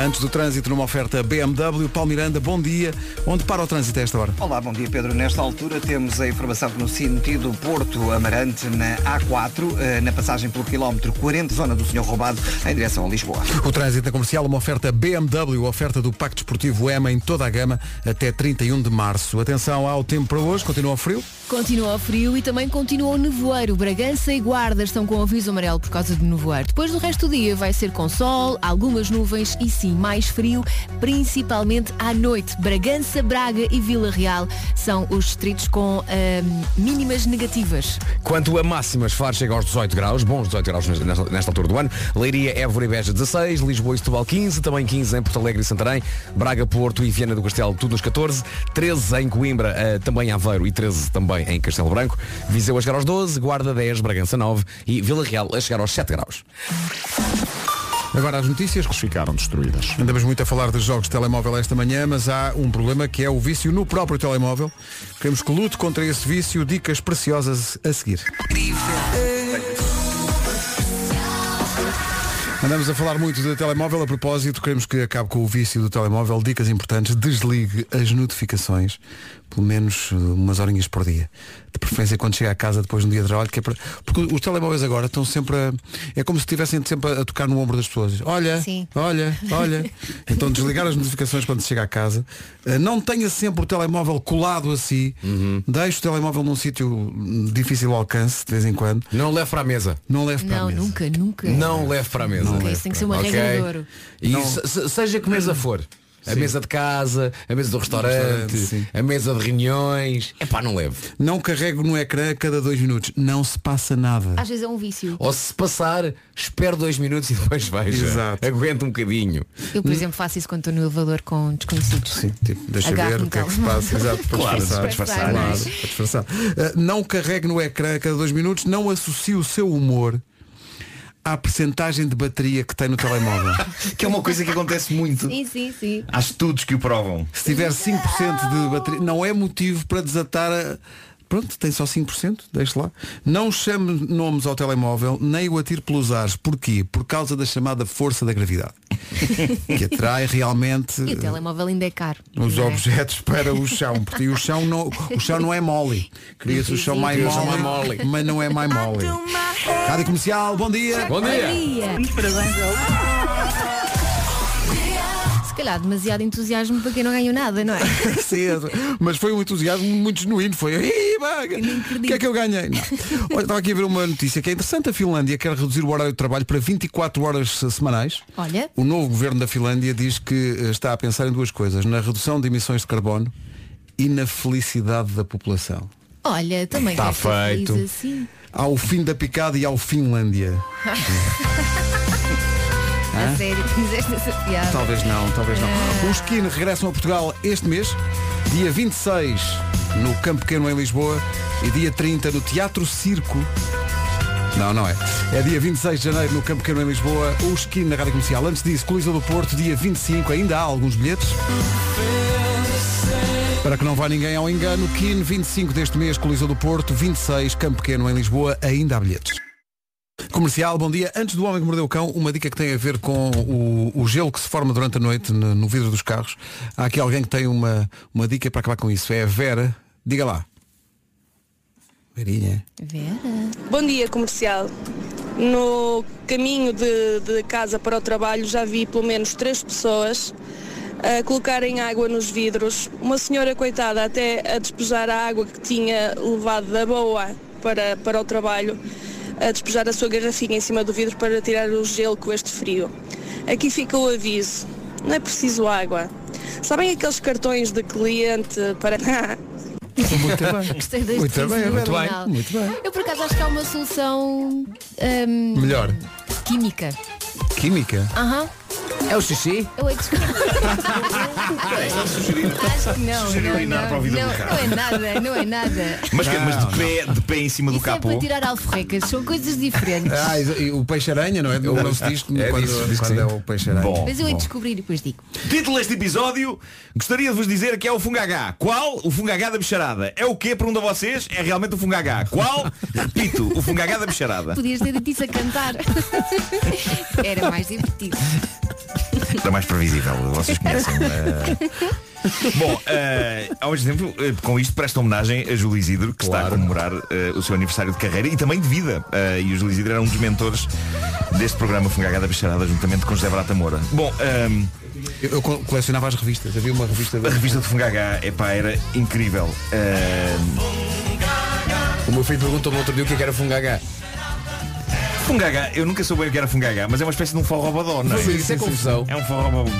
Speaker 1: Antes do trânsito, numa oferta BMW, Paulo Miranda, bom dia. Onde para o trânsito a esta hora?
Speaker 2: Olá, bom dia Pedro. Nesta altura temos a informação que no sentido Porto Amarante na A4, eh, na passagem pelo quilómetro 40, zona do Senhor Roubado, em direção a Lisboa.
Speaker 1: O trânsito na comercial, uma oferta BMW, oferta do Pacto Esportivo EMA em toda a gama até 31 de março. Atenção ao tempo para hoje, continua frio.
Speaker 3: Continua o frio e também continua o nevoeiro. Bragança e Guarda estão com aviso amarelo por causa do nevoeiro. Depois do resto do dia vai ser com sol, algumas nuvens e sim, mais frio, principalmente à noite. Bragança, Braga e Vila Real são os distritos com ahm, mínimas negativas.
Speaker 8: Quanto a máximas, Faro chega aos 18 graus, bons 18 graus nesta, nesta altura do ano. Leiria, Évora e Beja 16, Lisboa e Setúbal 15, também 15 em Porto Alegre e Santarém, Braga, Porto e Viana do Castelo, tudo nos 14, 13 em Coimbra, eh, também em Aveiro e 13 também em Castelo Branco, Viseu a chegar aos 12, Guarda 10, Bragança 9 e Vila Real a chegar aos 7 graus.
Speaker 1: Agora as notícias que
Speaker 16: ficaram destruídas.
Speaker 1: Andamos muito a falar dos jogos de telemóvel esta manhã, mas há um problema que é o vício no próprio telemóvel. Queremos que lute contra esse vício, dicas preciosas a seguir. Andamos a falar muito de telemóvel a propósito, queremos que acabe com o vício do telemóvel. Dicas importantes, desligue as notificações, pelo menos uh, umas horinhas por dia. De preferência quando chega a casa depois no dia de trabalho, que é para... porque os telemóveis agora estão sempre a... é como se estivessem sempre a tocar no ombro das pessoas. Olha, olha,
Speaker 3: *laughs*
Speaker 1: olha. Então desligar as notificações quando se chega a casa. Uh, Não tenha sempre o telemóvel colado a si. Deixe o telemóvel num sítio hum, difícil alcance de vez em quando.
Speaker 8: Não leve para a mesa.
Speaker 1: Não leve para a
Speaker 3: Não,
Speaker 1: mesa.
Speaker 3: nunca, nunca.
Speaker 8: Não leve para a mesa.
Speaker 3: Nunca, isso tem que ser uma
Speaker 8: Ok?
Speaker 3: regra de ouro.
Speaker 8: E
Speaker 3: Não.
Speaker 8: se- se- seja que mesa for. A
Speaker 1: Sim.
Speaker 8: mesa de casa, a mesa do
Speaker 1: restaurante,
Speaker 8: restaurante,
Speaker 1: sim.
Speaker 8: a mesa de reuniões. É pá, não leve.
Speaker 1: Não carrego no ecrã a cada dois minutos. Não se passa nada.
Speaker 3: Às vezes é um vício.
Speaker 8: Ou se passar, espero dois minutos e depois veja.
Speaker 1: Exato.
Speaker 8: Aguenta um bocadinho.
Speaker 3: Eu, por exemplo, faço isso quando estou no elevador com desconhecidos.
Speaker 1: Hum? Sim, tipo, deixa
Speaker 3: Agarro-me
Speaker 1: ver o que é que se
Speaker 3: calma.
Speaker 1: passa. Exato, para
Speaker 3: Claro,
Speaker 1: disfarçar.
Speaker 3: para disfarçar, não é?
Speaker 1: Claro, para disfarçar. Ah, não carregue no ecrã a cada dois minutos, não associe o seu humor à percentagem de bateria que tem no telemóvel.
Speaker 14: que é uma coisa que acontece muito.
Speaker 3: Sim, sim, sim.
Speaker 1: Ah,
Speaker 14: Há estudos que o provam.
Speaker 1: Se tiver 5% de bateria, não é motivo para desatar a... Pronto, tem só 5%, deixe lá. Não chame nomes ao telemóvel, nem o atire pelos ares. Porquê? Por causa da chamada força da gravidade. que atrai realmente
Speaker 3: E o telemóvel ainda é caro.
Speaker 1: os
Speaker 3: não é?
Speaker 1: objetos para o chão porque o chão não o chão não é mole cria-se o chão mais
Speaker 8: Cria-se
Speaker 1: mole,
Speaker 8: mais mole.
Speaker 1: mas não é mais mole rádio comercial bom dia
Speaker 8: Bom dia.
Speaker 3: Se calhar demasiado entusiasmo para quem não ganhou nada,
Speaker 1: *laughs*
Speaker 3: não é?
Speaker 1: Sim, mas foi um entusiasmo muito genuíno foi "Ih, baga, o que é que eu ganhei Não. Olha, estava aqui a ver uma notícia que é interessante a Finlândia quer reduzir o horário de trabalho para 24 horas semanais
Speaker 3: Olha.
Speaker 1: o novo governo da Finlândia diz que eh, está a pensar em duas coisas na redução de emissões de carbono e na felicidade da população
Speaker 3: Olha, também
Speaker 1: Tá
Speaker 3: quero ser feliz
Speaker 1: feito.
Speaker 3: é assim.
Speaker 1: ao fim da picada e ao Finlândia
Speaker 3: A sério, *laughs* fizeste essa piada.
Speaker 1: Talvez não, talvez não. Os Kine regressam a Portugal este mês, dia 26 no Campo Pequeno em Lisboa e dia 30 no Teatro Circo. Não, não é. É dia 26 de janeiro no Campo Pequeno em Lisboa, os Kine na Rádio Comercial. Antes disso, Coliseu do Porto, dia 25, ainda há alguns bilhetes. Para que não vá ninguém ao engano, Kine 25 deste mês, Coliseu do Porto, 26, Campo Pequeno em Lisboa, ainda há bilhetes. Comercial, bom dia. Antes do Homem que Mordeu o Cão, uma dica que tem a ver com o, o gelo que se forma durante a noite no, no vidro dos carros. Há aqui alguém que tem uma, uma dica para acabar com isso. É a Vera. Diga lá. Verinha.
Speaker 17: Bom dia, comercial. No caminho de, de casa para o trabalho já vi pelo menos três pessoas a colocarem água nos vidros. Uma senhora coitada até a despejar a água que tinha levado da boa para, para o trabalho, a despejar a sua garrafinha em cima do vidro para tirar o gelo com este frio. Aqui fica o aviso, não é preciso água. Sabem aqueles cartões de cliente para. *laughs*
Speaker 1: Muito bem.
Speaker 3: Gostei deste
Speaker 1: Muito bem,
Speaker 3: teaser
Speaker 1: muito bem,
Speaker 3: final.
Speaker 1: muito bem.
Speaker 3: Eu por acaso acho que há uma solução hum,
Speaker 1: *laughs* Melhor.
Speaker 3: química.
Speaker 1: Química?
Speaker 3: Aham.
Speaker 8: É o xixi?
Speaker 3: Eu é que
Speaker 1: *laughs*
Speaker 3: descobri. Acho que não.
Speaker 14: Sugeriu
Speaker 3: não,
Speaker 14: urinar
Speaker 3: não,
Speaker 14: para o vidro
Speaker 3: não,
Speaker 14: do carro.
Speaker 3: não é nada, não é nada.
Speaker 14: Mas, que-
Speaker 1: Não,
Speaker 14: mas
Speaker 1: não.
Speaker 14: de, pé, de pé em cima do
Speaker 3: É para
Speaker 14: capô.
Speaker 3: tirar alforrecas, são
Speaker 14: *laughs*
Speaker 3: coisas diferentes.
Speaker 1: Ah, e- e o peixe-aranha, não é? Ou não se diz
Speaker 14: É
Speaker 1: quando,
Speaker 14: disso, diz que
Speaker 1: quando
Speaker 14: sim.
Speaker 1: é o peixe-aranha.
Speaker 14: Bom.
Speaker 3: Mas eu hei de descobrir e depois digo.
Speaker 14: Título deste episódio, gostaria de vos dizer que é o Fungagá. Qual? O Fungagá da Bicharada. É o quê? Pergunta a vocês. É realmente o Fungagá.
Speaker 8: *laughs*
Speaker 14: Qual? Repito, o Fungagá da Bicharada.
Speaker 3: Podias ter dito isso a cantar. *laughs* Era mais divertido.
Speaker 14: Era mais previsível, vocês conhecem. eh. Bom, eh, ao mesmo tempo, eh, com isto presta homenagem a Júlio Isidro, que está a comemorar eh, o seu aniversário de carreira e também de vida. Eh, e o Júlio Isidro era um dos mentores deste programa Fungagá da Bicharada, juntamente com José Brata Moura. Bom,
Speaker 1: eu, eu co- colecionava as revistas, havia uma revista.
Speaker 14: A revista de Fungagá, epá, era incrível.
Speaker 1: Ah,
Speaker 14: Ah, Ehm,
Speaker 8: O meu filho perguntou-me outro dia o que é que era fungagá.
Speaker 14: Fungagá, eu nunca soube bem o que era fungagá, mas é uma espécie de um forrobodó, não é?
Speaker 8: Sim, isso é confusão.
Speaker 14: É um forrobodó.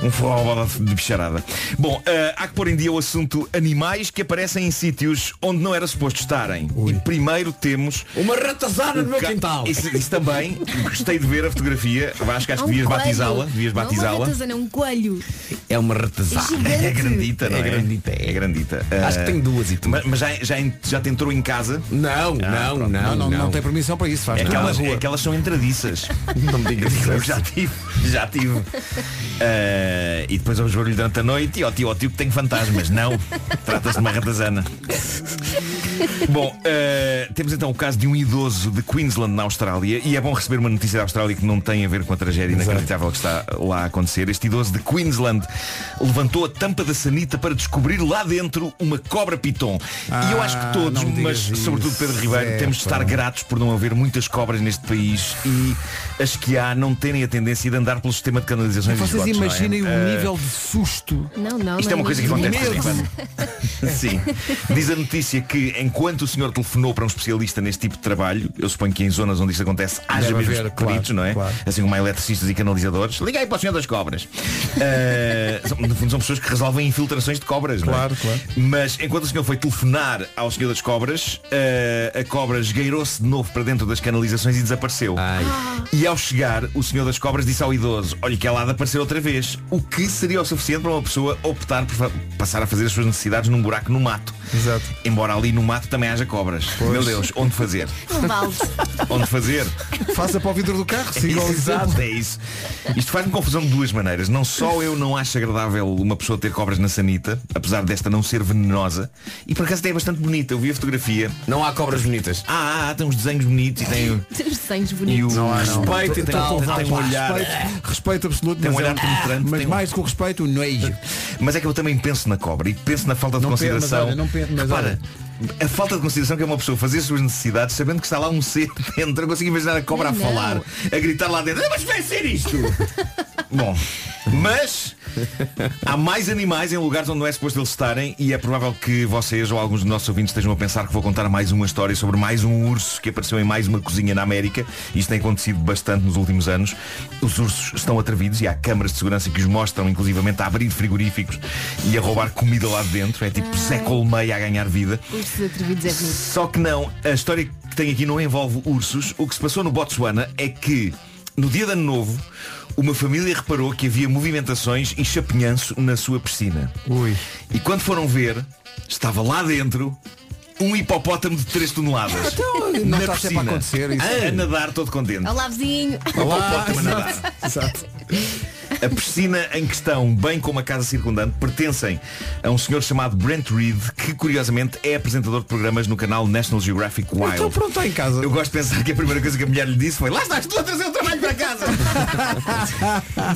Speaker 14: Um forrobodó de bicharada. Bom, eh, há que pôr em dia o assunto animais que aparecem em sítios onde não era suposto estarem. E primeiro temos...
Speaker 8: Uma ratazana
Speaker 14: o
Speaker 8: no meu
Speaker 14: ca-
Speaker 8: quintal.
Speaker 14: Isso, isso também. Gostei de ver a fotografia. Vasco, acho que devias batizá-la. Devias
Speaker 3: Não, um uma
Speaker 14: batizá-la.
Speaker 3: ratazana, um coelho.
Speaker 14: É uma ratazana.
Speaker 3: É gigante.
Speaker 14: *laughs* É grandita, não é?
Speaker 8: É grandita,
Speaker 14: É grandita.
Speaker 8: Acho que tem duas
Speaker 14: e tudo. Mas, mas já, já, já te entrou em casa?
Speaker 8: Não, não,
Speaker 14: pronto.
Speaker 8: não, não, não.
Speaker 1: tem permissão para isso, faz
Speaker 14: É
Speaker 1: tudo na
Speaker 14: aquelas,
Speaker 1: rua.
Speaker 14: é aquelas são
Speaker 1: *laughs*
Speaker 14: entradiças. Não me digas
Speaker 1: isso.
Speaker 14: Já tive, já tive. Eh, e depois ouves barulho durante a noite e ó tio, ó tio que tem fantasmas. Não, trata-se de uma ratazana. Bom, eh, temos então o caso de um idoso de Queensland na Austrália e é bom receber uma notícia da Austrália que não tem a ver com a tragédia inacreditável que está lá a acontecer. Este idoso de Queensland levantou a tampa da sanita para descobrir lá dentro uma cobra piton. e eu acho que todos,
Speaker 1: Ah, não me
Speaker 14: mas
Speaker 1: digas
Speaker 14: sobretudo
Speaker 1: isso,
Speaker 14: Pedro Ribeiro,
Speaker 1: é,
Speaker 14: temos de estar
Speaker 1: pá.
Speaker 14: gratos por não haver muitas cobras neste país e as que há não terem a tendência de andar pelo sistema de canalizações
Speaker 1: Vocês
Speaker 14: e esgotos, não é?
Speaker 1: imaginem o
Speaker 14: Eh,
Speaker 1: nível de susto.
Speaker 3: Não, não.
Speaker 14: isto é
Speaker 3: não
Speaker 14: uma coisa que acontece de vez em
Speaker 3: Medo.
Speaker 14: quando. Sim. *laughs* Diz a notícia que enquanto o senhor telefonou para um especialista neste tipo de trabalho, eu suponho que em zonas onde isto acontece haja
Speaker 1: Deve
Speaker 14: mesmo
Speaker 1: haver,
Speaker 14: peritos,
Speaker 1: claro,
Speaker 14: não é?
Speaker 1: claro.
Speaker 14: Assim como há eletricistas e canalizadores. Liguei para o senhor das cobras. Eh, *laughs* são- no fundo são pessoas que resolvem infiltrações de cobras, não
Speaker 1: Claro,
Speaker 14: é?
Speaker 1: claro.
Speaker 14: Mas enquanto o senhor foi telefonar ao senhor das cobras, eh, a cobra esgueirou-se de novo para dentro das canalizações e desapareceu. E ao chegar, o senhor das cobras disse ao idoso, olha que ela há de aparecer outra vez. O que seria o suficiente para uma pessoa optar por fa- passar a fazer as suas necessidades num buraco no mato. Exato. Embora ali no mato também haja cobras. Meu Deus, onde fazer?
Speaker 3: Um balde.
Speaker 14: onde fazer?
Speaker 1: Faça para o vidro do carro, siga o exemplo.
Speaker 14: Exato, é isso. Isto faz-me confusão de duas maneiras. Não só eu não acho agradável uma pessoa ter cobras na sanita, apesar desta não ser venenosa, e por acaso até é bastante bonita. Eu vi a fotografia.
Speaker 8: Não há cobras bonitas.
Speaker 14: Ah, ah, tem uns desenhos bonitos e tem,
Speaker 3: Os desenhos
Speaker 14: e o
Speaker 3: bonitos.
Speaker 14: respeito e tem,
Speaker 1: Então, vá
Speaker 14: tem um
Speaker 1: lá,
Speaker 14: olhar.
Speaker 1: Respeito, respeito absoluto,
Speaker 14: Tem um
Speaker 1: mas, é
Speaker 14: olhar penetrante,
Speaker 1: mas
Speaker 14: tem um-
Speaker 1: mais do que o respeito, o nojo.
Speaker 14: Mas é que eu também penso na cobra e penso na falta de
Speaker 1: Não penso, mas
Speaker 14: consideração.
Speaker 1: olha, não penso, mas
Speaker 14: Repara, a falta de consideração que é uma pessoa fazer as suas necessidades sabendo que está lá um ser *laughs* dentro. Eu consigo imaginar a cobra
Speaker 3: Não,
Speaker 14: a falar, a gritar lá dentro. "Ah, Mas vai ser isto!
Speaker 3: *laughs*
Speaker 14: Bom, mas há mais animais em lugares onde não é suposto eles estarem e é provável que vocês ou alguns dos nossos ouvintes estejam a pensar que vou contar mais uma história sobre mais um urso que apareceu em mais uma cozinha na América. Isto tem acontecido bastante nos últimos anos. Os ursos estão atrevidos e há câmaras de segurança que os mostram, inclusivamente, a abrir frigoríficos e a roubar comida lá de dentro. É
Speaker 1: Ah.
Speaker 14: tipo Zé Colmeia a ganhar vida.
Speaker 3: Os atrevidos é bonito.
Speaker 14: Só que não, a história que tem aqui não envolve ursos. O que se passou no Botsuana é que, no dia de ano novo, uma família reparou que havia movimentações e chapinhanço na sua piscina.
Speaker 1: Ui.
Speaker 14: E quando foram ver, estava lá dentro um hipopótamo de 3 toneladas.
Speaker 1: Então, não
Speaker 14: na
Speaker 1: está sempre
Speaker 14: piscina, Ah,
Speaker 1: a acontecer isso.
Speaker 14: A, a nadar todo contente.
Speaker 3: Olá, vizinho.
Speaker 14: Olá, exato, A piscina em questão, bem como a casa circundante, pertencem a um senhor chamado Brent Reed, que curiosamente é apresentador de programas no canal National Geographic Wild.
Speaker 1: Então pronto, está em casa.
Speaker 14: Eu gosto de pensar que a primeira coisa que a mulher lhe disse foi Lá estás tu a trazer o trabalho para
Speaker 1: *laughs*
Speaker 14: casa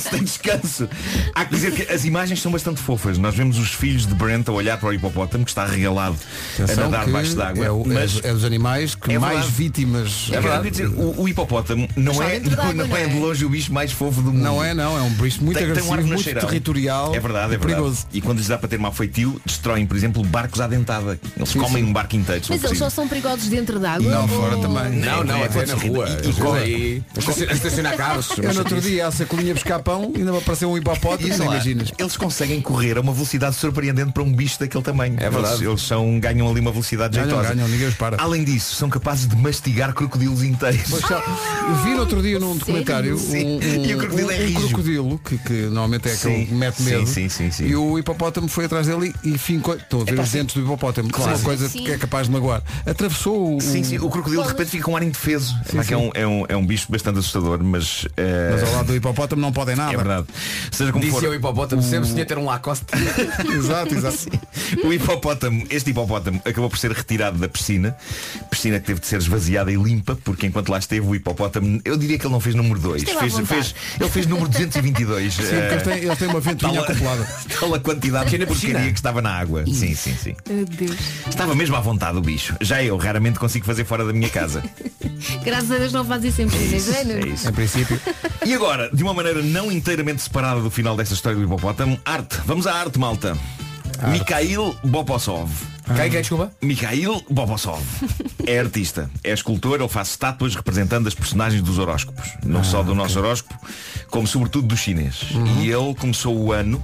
Speaker 14: Se *laughs* tem descanso Há que dizer que as imagens são bastante fofas Nós vemos os filhos de Brent a olhar para o hipopótamo Que está regalado a
Speaker 1: Atenção
Speaker 14: nadar
Speaker 1: que
Speaker 14: debaixo d'água
Speaker 1: é, o- é-
Speaker 14: Mas
Speaker 1: é, dos animais que
Speaker 14: É
Speaker 1: mais
Speaker 14: verdade.
Speaker 1: vítimas.
Speaker 14: é verdade, eu ia dizer, o, o hipopótamo não
Speaker 3: Está
Speaker 14: é,
Speaker 3: dentro de
Speaker 14: não,
Speaker 3: água,
Speaker 14: não é
Speaker 3: não é?
Speaker 14: de longe o bicho mais fofo do mundo
Speaker 1: Não é, não. É um bicho muito
Speaker 14: tem, tem um
Speaker 1: agressivo,
Speaker 14: ar
Speaker 1: muito
Speaker 14: cheirão.
Speaker 1: territorial.
Speaker 14: É verdade,
Speaker 1: e
Speaker 14: é verdade.
Speaker 1: perigoso.
Speaker 14: E quando lhes dá para ter mau feitio, destroem, por exemplo, barcos à dentada. Eles comem um barco inteiro. se
Speaker 3: Mas
Speaker 14: for
Speaker 3: eles só
Speaker 14: preciso.
Speaker 3: são perigosos dentro de água?
Speaker 1: Não, é.
Speaker 3: ou-
Speaker 14: é
Speaker 1: fora também.
Speaker 8: Não, não, até É na rua.
Speaker 14: E- e-
Speaker 8: Às vezes aí- Esta- Estas estacionar carros.
Speaker 1: Eu no outro dia, a sacolinha buscar pão, ainda me apareceu um hipopótamo,
Speaker 14: Isso é.
Speaker 1: não
Speaker 14: lá,
Speaker 1: imaginas.
Speaker 14: Eles conseguem correr a uma velocidade surpreendente para um bicho daquele tamanho. É
Speaker 1: verdade.
Speaker 14: Eles, eles são, ganham ali uma velocidade
Speaker 1: Ganham,
Speaker 14: jeitosa.
Speaker 1: ganham, ninguém os
Speaker 14: Além disso, são capazes de mastigar crocodilos inteiros.
Speaker 1: Pois já, eu vi no outro dia num documentário
Speaker 14: Sim.
Speaker 1: um, um-
Speaker 14: E o crocodilo é
Speaker 1: um- um
Speaker 14: rijo.
Speaker 1: crocodilo, que, que normalmente é aquele
Speaker 14: Sim,
Speaker 1: que mete
Speaker 14: sim,
Speaker 1: medo.
Speaker 14: sim, sim, sim.
Speaker 1: E o hipopótamo foi atrás dele e fincou. Estou a ver
Speaker 14: Epá,
Speaker 1: os
Speaker 14: sim.
Speaker 1: dentes do hipopótamo, que
Speaker 14: Claro.
Speaker 1: é uma coisa
Speaker 14: Sim.
Speaker 1: que é capaz de magoar. Atravessou o.
Speaker 14: Sim, sim, o crocodilo de repente fica um ar indefeso.
Speaker 1: Sim,
Speaker 14: Pá, que É,
Speaker 1: sim.
Speaker 14: um, é, um, é um bicho bastante assustador, mas. eh,
Speaker 1: Mas ao lado do hipopótamo não podem nada.
Speaker 14: É verdade. Seja como
Speaker 8: Disse
Speaker 14: for,
Speaker 8: eu hipopótamo,
Speaker 14: o-
Speaker 8: sempre tinha ter um Lacoste.
Speaker 1: *laughs* exato, exato.
Speaker 14: O hipopótamo, este hipopótamo acabou por ser retirado da piscina, piscina que teve de ser esvaziada e limpa, porque enquanto lá esteve o hipopótamo, eu diria que ele não fez número 2,
Speaker 1: Esteve à
Speaker 14: fez,
Speaker 1: vontade.
Speaker 14: fez- ele fez número 222.
Speaker 1: Sim, porque ele tem- ele tem uma ventoinha
Speaker 14: Tá
Speaker 1: acoplada.
Speaker 14: *laughs* Tal a quantidade de
Speaker 1: Pequena piscina.
Speaker 14: porcaria que estava na água. Sim, sim, sim.
Speaker 3: Meu Deus.
Speaker 14: Estava mesmo à vontade o bicho. Já eu raramente consigo fazer fora da minha casa.
Speaker 3: Graças a Deus não faz isso em piscinas, é, Nuno?
Speaker 1: Em princípio.
Speaker 14: E agora, de uma maneira não inteiramente separada do final desta história do hipopótamo, arte. Vamos à arte, malta. Mikhail Bopossov.
Speaker 8: Quem, quem, desculpa?
Speaker 14: Mikhail Bobossov. É artista, é escultor, ele faz estátuas representando as personagens dos horóscopos. Não só do nosso horóscopo, como sobretudo do chinês. E ele começou o ano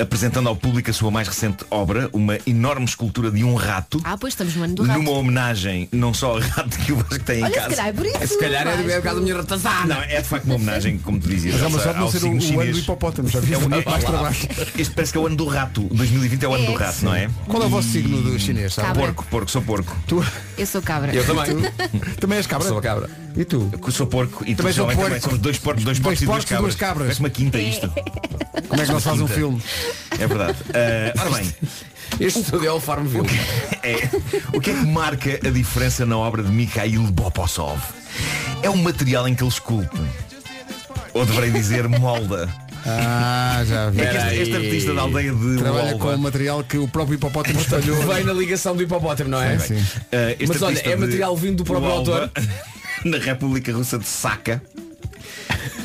Speaker 14: apresentando ao público a sua mais recente obra, uma enorme escultura de um rato.
Speaker 3: Ah, pois estamos no ano do rato.
Speaker 14: Numa homenagem não só ao rato que o Vasco tem
Speaker 3: Olha,
Speaker 14: em
Speaker 3: se
Speaker 14: casa.
Speaker 3: calhar é por isso. Se calhar é- é por causa da minha ratazana.
Speaker 14: Não, é de facto uma homenagem, como tu dizias.
Speaker 1: Mas é uma
Speaker 14: Elsa,
Speaker 1: sorte não
Speaker 14: ao
Speaker 1: ser o,
Speaker 14: um signo
Speaker 1: o ano
Speaker 14: chinês.
Speaker 1: do hipopótamo, já vi
Speaker 14: É o-
Speaker 1: muito mais
Speaker 14: Olá.
Speaker 1: trabalho.
Speaker 14: Este parece que é o ano do rato. 2020 é o ano
Speaker 3: É.
Speaker 14: do rato, não é?
Speaker 1: Qual é o vosso signo do chinês? sabe?
Speaker 3: Cabra.
Speaker 14: Porco, porco, sou porco.
Speaker 1: Tu...
Speaker 3: Eu sou cabra.
Speaker 1: também és cabra?
Speaker 14: Sou
Speaker 8: cabra.
Speaker 1: E tu?
Speaker 14: Eu sou porco e tu
Speaker 1: Também sou
Speaker 14: também, também
Speaker 1: porco.
Speaker 14: somos dois porcos, dois
Speaker 1: Dois
Speaker 14: porcos e duas
Speaker 1: porcos e duas
Speaker 14: cabras.
Speaker 1: cabras.
Speaker 14: Parece uma quinta isto.
Speaker 1: *laughs* Como é que não se faz um
Speaker 14: Quinta.
Speaker 1: filme?
Speaker 14: É verdade. Ah, ora bem.
Speaker 8: Este estúdio é o Farmville.
Speaker 14: O que, é, o que é que marca a diferença na obra de Mikhail Bopossov? É o material em que ele esculpe. Ou deverei dizer molda.
Speaker 1: Ah, já vi.
Speaker 14: É que este, este artista da aldeia de
Speaker 1: Trabalha
Speaker 14: Wolva,
Speaker 1: com o material que o próprio hipopótamo
Speaker 14: é
Speaker 1: espalhou. É assim.
Speaker 8: Vem na ligação do hipopótamo, não é?
Speaker 1: Sim, sim.
Speaker 14: Uh, este
Speaker 8: Mas olha,
Speaker 14: artista
Speaker 8: é
Speaker 14: de
Speaker 8: material vindo do próprio
Speaker 14: Ualba,
Speaker 8: autor.
Speaker 14: *laughs* Na República Russa de Saca.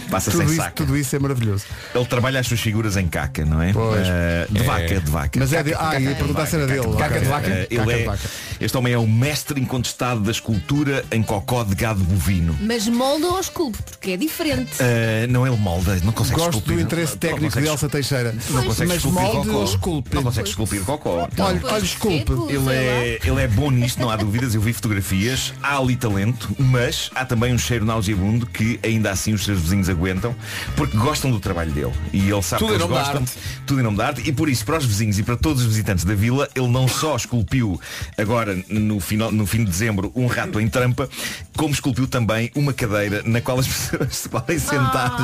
Speaker 14: Passa
Speaker 1: Tudo
Speaker 14: sem
Speaker 1: isso,
Speaker 14: saca.
Speaker 1: tudo isso é maravilhoso.
Speaker 14: Ele trabalha as suas figuras em caca, não é?
Speaker 1: Pois.
Speaker 14: Eh, de
Speaker 1: É.
Speaker 14: vaca, de vaca.
Speaker 1: Mas é de-
Speaker 14: Caca,
Speaker 1: ah,
Speaker 14: caca
Speaker 1: ia
Speaker 14: de
Speaker 1: perguntar se era
Speaker 14: vaca,
Speaker 1: dele.
Speaker 14: Caca de
Speaker 1: Ok.
Speaker 14: vaca.
Speaker 1: Eh,
Speaker 14: Ele
Speaker 1: caca de
Speaker 14: é-
Speaker 1: vaca.
Speaker 14: Este homem é o mestre incontestado da escultura em cocó de gado bovino.
Speaker 3: Mas molda ou esculpe, porque é diferente.
Speaker 1: Ah,
Speaker 14: Eh, não ele molda, não consegue
Speaker 1: Gosto
Speaker 14: esculpir.
Speaker 1: do interesse
Speaker 14: Não
Speaker 1: técnico
Speaker 14: consegue-
Speaker 1: de Elsa Teixeira.
Speaker 14: Não consegue
Speaker 1: Mas
Speaker 14: esculpir
Speaker 1: molde
Speaker 14: cocó.
Speaker 1: ou esculpe?
Speaker 14: Não consegue esculpir cocó. Não.
Speaker 1: Olha, olha, esculpe.
Speaker 14: Ele é, ele é bom nisto, não há dúvidas. Eu vi fotografias, há ali talento, mas há também um cheiro nauseabundo que ainda assim os seus vizinhos aguentam porque gostam do trabalho dele. E ele
Speaker 8: Tudo
Speaker 14: sabe que
Speaker 8: em
Speaker 14: eles
Speaker 8: nome da
Speaker 14: gostam.
Speaker 8: arte.
Speaker 14: Tudo em nome da arte. E por isso, para os vizinhos e para todos os visitantes da vila, ele não só esculpiu agora, no, final, no fim de dezembro, um rato em trampa, como esculpiu também uma cadeira na qual as *laughs* pessoas se podem sentar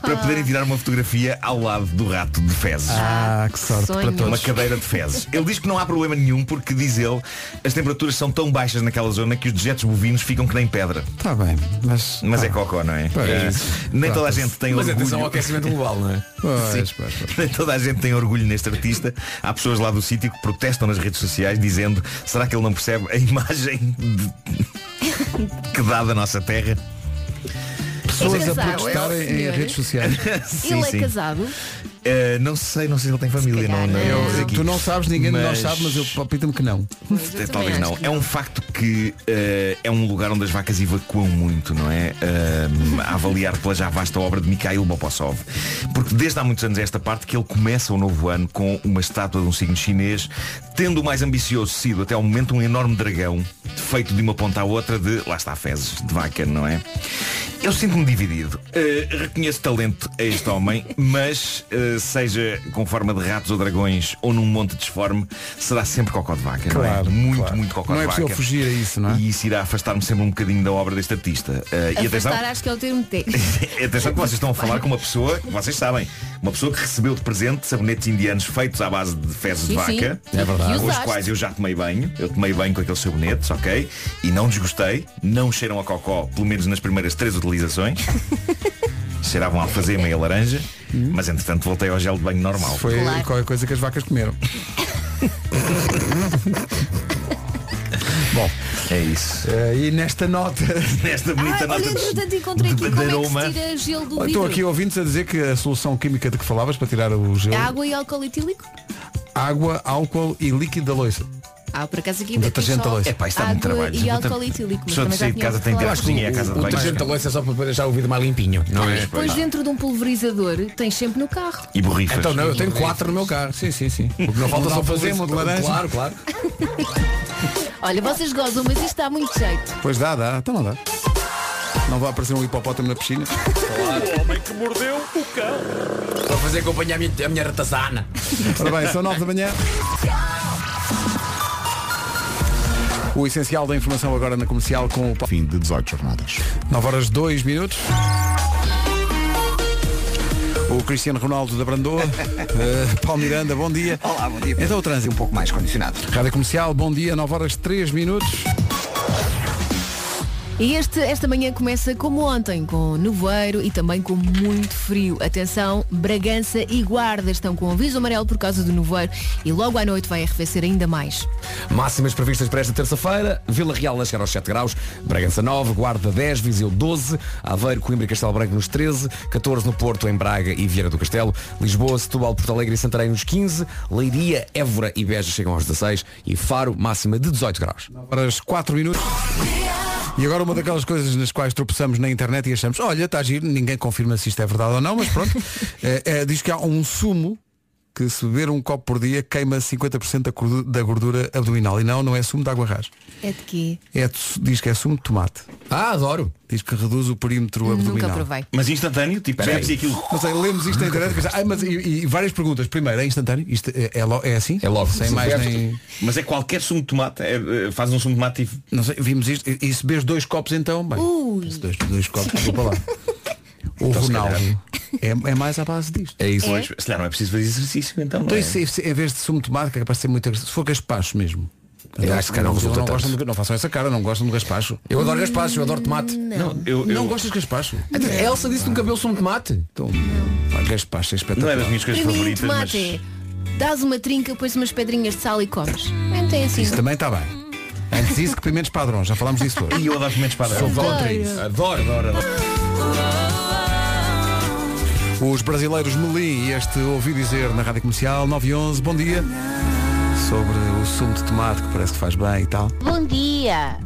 Speaker 14: para poderem tirar uma fotografia ao lado do rato de fezes.
Speaker 1: Ah, que sorte para todos.
Speaker 14: Uma cadeira de fezes. Ele diz que não há problema nenhum porque, diz ele, as temperaturas são tão baixas naquela zona que os dejetos bovinos ficam que nem pedra.
Speaker 1: Está Tá bem, mas.
Speaker 14: Mas
Speaker 1: pá.
Speaker 14: é cocó, não é?
Speaker 1: Ah. Pois.
Speaker 14: É. Nem toda a
Speaker 1: Trata-se.
Speaker 14: gente tem
Speaker 8: Mas
Speaker 14: orgulho.
Speaker 8: atenção ao aquecimento global, não
Speaker 14: *laughs*
Speaker 8: é?
Speaker 14: Sim. Nem toda a gente tem orgulho neste artista. Há pessoas lá do sítio que protestam nas redes sociais dizendo será que ele não percebe a imagem de- *laughs* que dá da nossa terra?
Speaker 1: Pessoas a
Speaker 3: casado, é o
Speaker 1: protestarem em
Speaker 3: senhor.
Speaker 1: redes sociais.
Speaker 14: Sim,
Speaker 3: ele
Speaker 14: sim.
Speaker 3: é casado?
Speaker 14: Eh, não sei, não sei se ele tem família. Não, não,
Speaker 1: Eu-
Speaker 14: não sei aqui.
Speaker 1: tu não sabes, ninguém de nós
Speaker 14: Mas-
Speaker 1: sabe, mas eu palpita-me que não.
Speaker 14: Eh,
Speaker 7: então,
Speaker 14: Talvez não. É um facto que eh, é um lugar onde as vacas evacuam muito, não é? Eh, a avaliar pela já vasta obra de Mikhail Bopossov. Porque desde há muitos anos a esta parte que ele começa o novo ano com uma estátua de um signo chinês, tendo o mais ambicioso sido até ao momento um enorme dragão, feito de uma ponta à outra de, lá está, fezes de vaca, não é? Eu sinto-me dividido. Eh, reconheço talento a este homem, mas eh, seja com forma de ratos ou dragões ou num monte disforme, será sempre cocó de vaca, não
Speaker 1: Claro,
Speaker 14: é? Muito, muito cocó
Speaker 1: Não
Speaker 14: de
Speaker 1: é
Speaker 14: vaca.
Speaker 1: possível fugir a isso, não é?
Speaker 14: E isso irá afastar-me sempre um bocadinho da obra deste artista. Eh, e atenção,
Speaker 3: Afastar, acho que é o termo T.
Speaker 14: atenção que vocês estão a falar com uma pessoa, que vocês sabem, uma pessoa que recebeu de presente sabonetes indianos feitos à base de fezes de
Speaker 3: Sim, sim.
Speaker 14: vaca,
Speaker 3: É verdade. E
Speaker 14: com os
Speaker 3: usaste.
Speaker 14: quais eu já tomei banho, eu tomei banho com aqueles sabonetes, ok? E não desgostei, não cheiram a cocó, pelo menos nas primeiras três *laughs* utilizações. Cheiravam a alfazema e a laranja, mas entretanto voltei ao gel de banho normal.
Speaker 1: Foi qualquer coisa que as vacas comeram.
Speaker 14: Bom, é isso.
Speaker 1: Eh, e nesta *laughs* nota.
Speaker 14: Nesta
Speaker 3: Ah, olha, entretanto encontrei aqui como é que se tira gelo do
Speaker 1: Ah, Estou
Speaker 3: vidro.
Speaker 1: aqui ouvindo-se a dizer que a solução química de que
Speaker 3: É
Speaker 1: falavas para tirar o gelo.
Speaker 3: Água e álcool etílico?
Speaker 1: Água, álcool e líquido da loiça.
Speaker 16: Ah, por acaso aqui
Speaker 1: Um
Speaker 16: deve ter
Speaker 1: detergente
Speaker 16: só
Speaker 1: da louça.
Speaker 8: Epá, isso dá muito
Speaker 16: água
Speaker 8: trabalho.
Speaker 16: E álcool etílico. mas também já tinha ouvido
Speaker 8: que
Speaker 16: falar.
Speaker 8: o, o detergente da louça é só para deixar o vidro mais limpinho, não é?
Speaker 3: Depois dentro de um pulverizador tens sempre no carro.
Speaker 14: E borrifas.
Speaker 8: Então não, eu tenho quatro no meu carro. Sim, sim, sim. O que não falta só
Speaker 1: Mudar o
Speaker 8: fazer
Speaker 1: fazemo de laranja.
Speaker 8: Claro, claro.
Speaker 3: Olha, vocês gozam, mas isto dá muito jeito.
Speaker 1: Pois dá, dá, então não dá. Não vai aparecer um hipopótamo na piscina.
Speaker 8: O homem que mordeu o cão. Vou fazer acompanhar a minha, a minha ratazana.
Speaker 1: Ora bem, são nove da manhã. O essencial da informação agora na comercial com o Paulo.
Speaker 18: Fim de 18 jornadas.
Speaker 1: 9 horas 2 minutos. O Cristiano Ronaldo da Brandoa. Eh, Paulo Miranda, bom dia. Olá, bom dia. Então o trânsito um pouco mais condicionado. Rádio Comercial, bom dia, 9 horas 3 minutos.
Speaker 3: E este, esta manhã começa como ontem, com nevoeiro e também com muito frio. Atenção, Bragança e Guarda estão com aviso amarelo por causa do nevoeiro e logo à noite vai arrefecer ainda mais.
Speaker 8: Máximas previstas para esta terça-feira. Vila Real a chegar aos 7 graus. Bragança 9, Guarda 10, Viseu 12, Aveiro, Coimbra e Castelo Branco nos 13, 14 no Porto, em Braga e Vieira do Castelo, Lisboa, Setúbal, Porto Alegre e Santarém nos 15, Leiria, Évora e Beja chegam aos 16 e Faro máxima de 18 graus.
Speaker 1: Horas 4 minutos. E agora uma daquelas coisas nas quais tropeçamos na internet e achamos, olha, está giro, ninguém confirma se isto é verdade ou não, mas pronto. Eh, eh, diz que há um sumo que se beber um copo por dia queima 50% da gordu- da gordura abdominal. E não, não é sumo de água rás.
Speaker 3: É de quê?
Speaker 1: É de su- diz que é sumo de tomate.
Speaker 8: Ah, adoro.
Speaker 1: Diz que reduz o perímetro
Speaker 3: Nunca
Speaker 1: abdominal.
Speaker 3: provei.
Speaker 14: Mas instantâneo, tipo,
Speaker 1: Espera aí.
Speaker 14: bebes e aquilo.
Speaker 1: Não sei, lemos isto na internet. mas- ai, mas, e, e várias perguntas. Primeiro, é instantâneo? Isto é, é lo- é assim? É logo. Sem mais nem...
Speaker 14: Mas é qualquer sumo de tomate, é, é, faz um sumo de tomate e...
Speaker 1: Não sei, vimos isto. E, e se bebes dois copos então? Bem,
Speaker 3: Ui.
Speaker 1: se dois, dois copos, desculpa lá. O
Speaker 8: Então,
Speaker 1: Ronaldo é, é mais à base disto.
Speaker 14: É
Speaker 1: isso.
Speaker 14: Pois, se calhar não é preciso fazer exercício então. não
Speaker 1: Então,
Speaker 14: é?
Speaker 1: e se, se, em vez de sumo de tomate, que é capaz de ser muito agressivo, se for gaspacho mesmo.
Speaker 8: Eu acho que não resulta
Speaker 1: não,
Speaker 8: tanto.
Speaker 1: gostam de- não façam essa cara, não gostam de gaspacho.
Speaker 8: Eu adoro gaspacho, eu adoro tomate. Não,
Speaker 1: eu, não gostas de gaspacho?
Speaker 8: Então, a Elsa disse que um cabelo sumo de tomate.
Speaker 1: Então, pá, gaspacho é espetacular.
Speaker 14: Não é das minhas
Speaker 3: Para
Speaker 14: coisas
Speaker 3: mim,
Speaker 14: favoritas, mas...
Speaker 3: tomate é, dás uma trinca, pões umas pedrinhas de sal e comes. Não tem assim.
Speaker 1: Isso também está bem. Antes disso que pimentos padrões, já falámos disso hoje.
Speaker 14: E eu adoro pimentos padrões.
Speaker 1: Sou
Speaker 14: Adoro.
Speaker 1: contra isso.
Speaker 8: Adoro, adoro,
Speaker 1: Os brasileiros Melim e este ouvi dizer na Rádio Comercial 9 e 11, bom dia. Sobre o sumo de tomate que parece que faz bem e tal.
Speaker 19: Bom dia!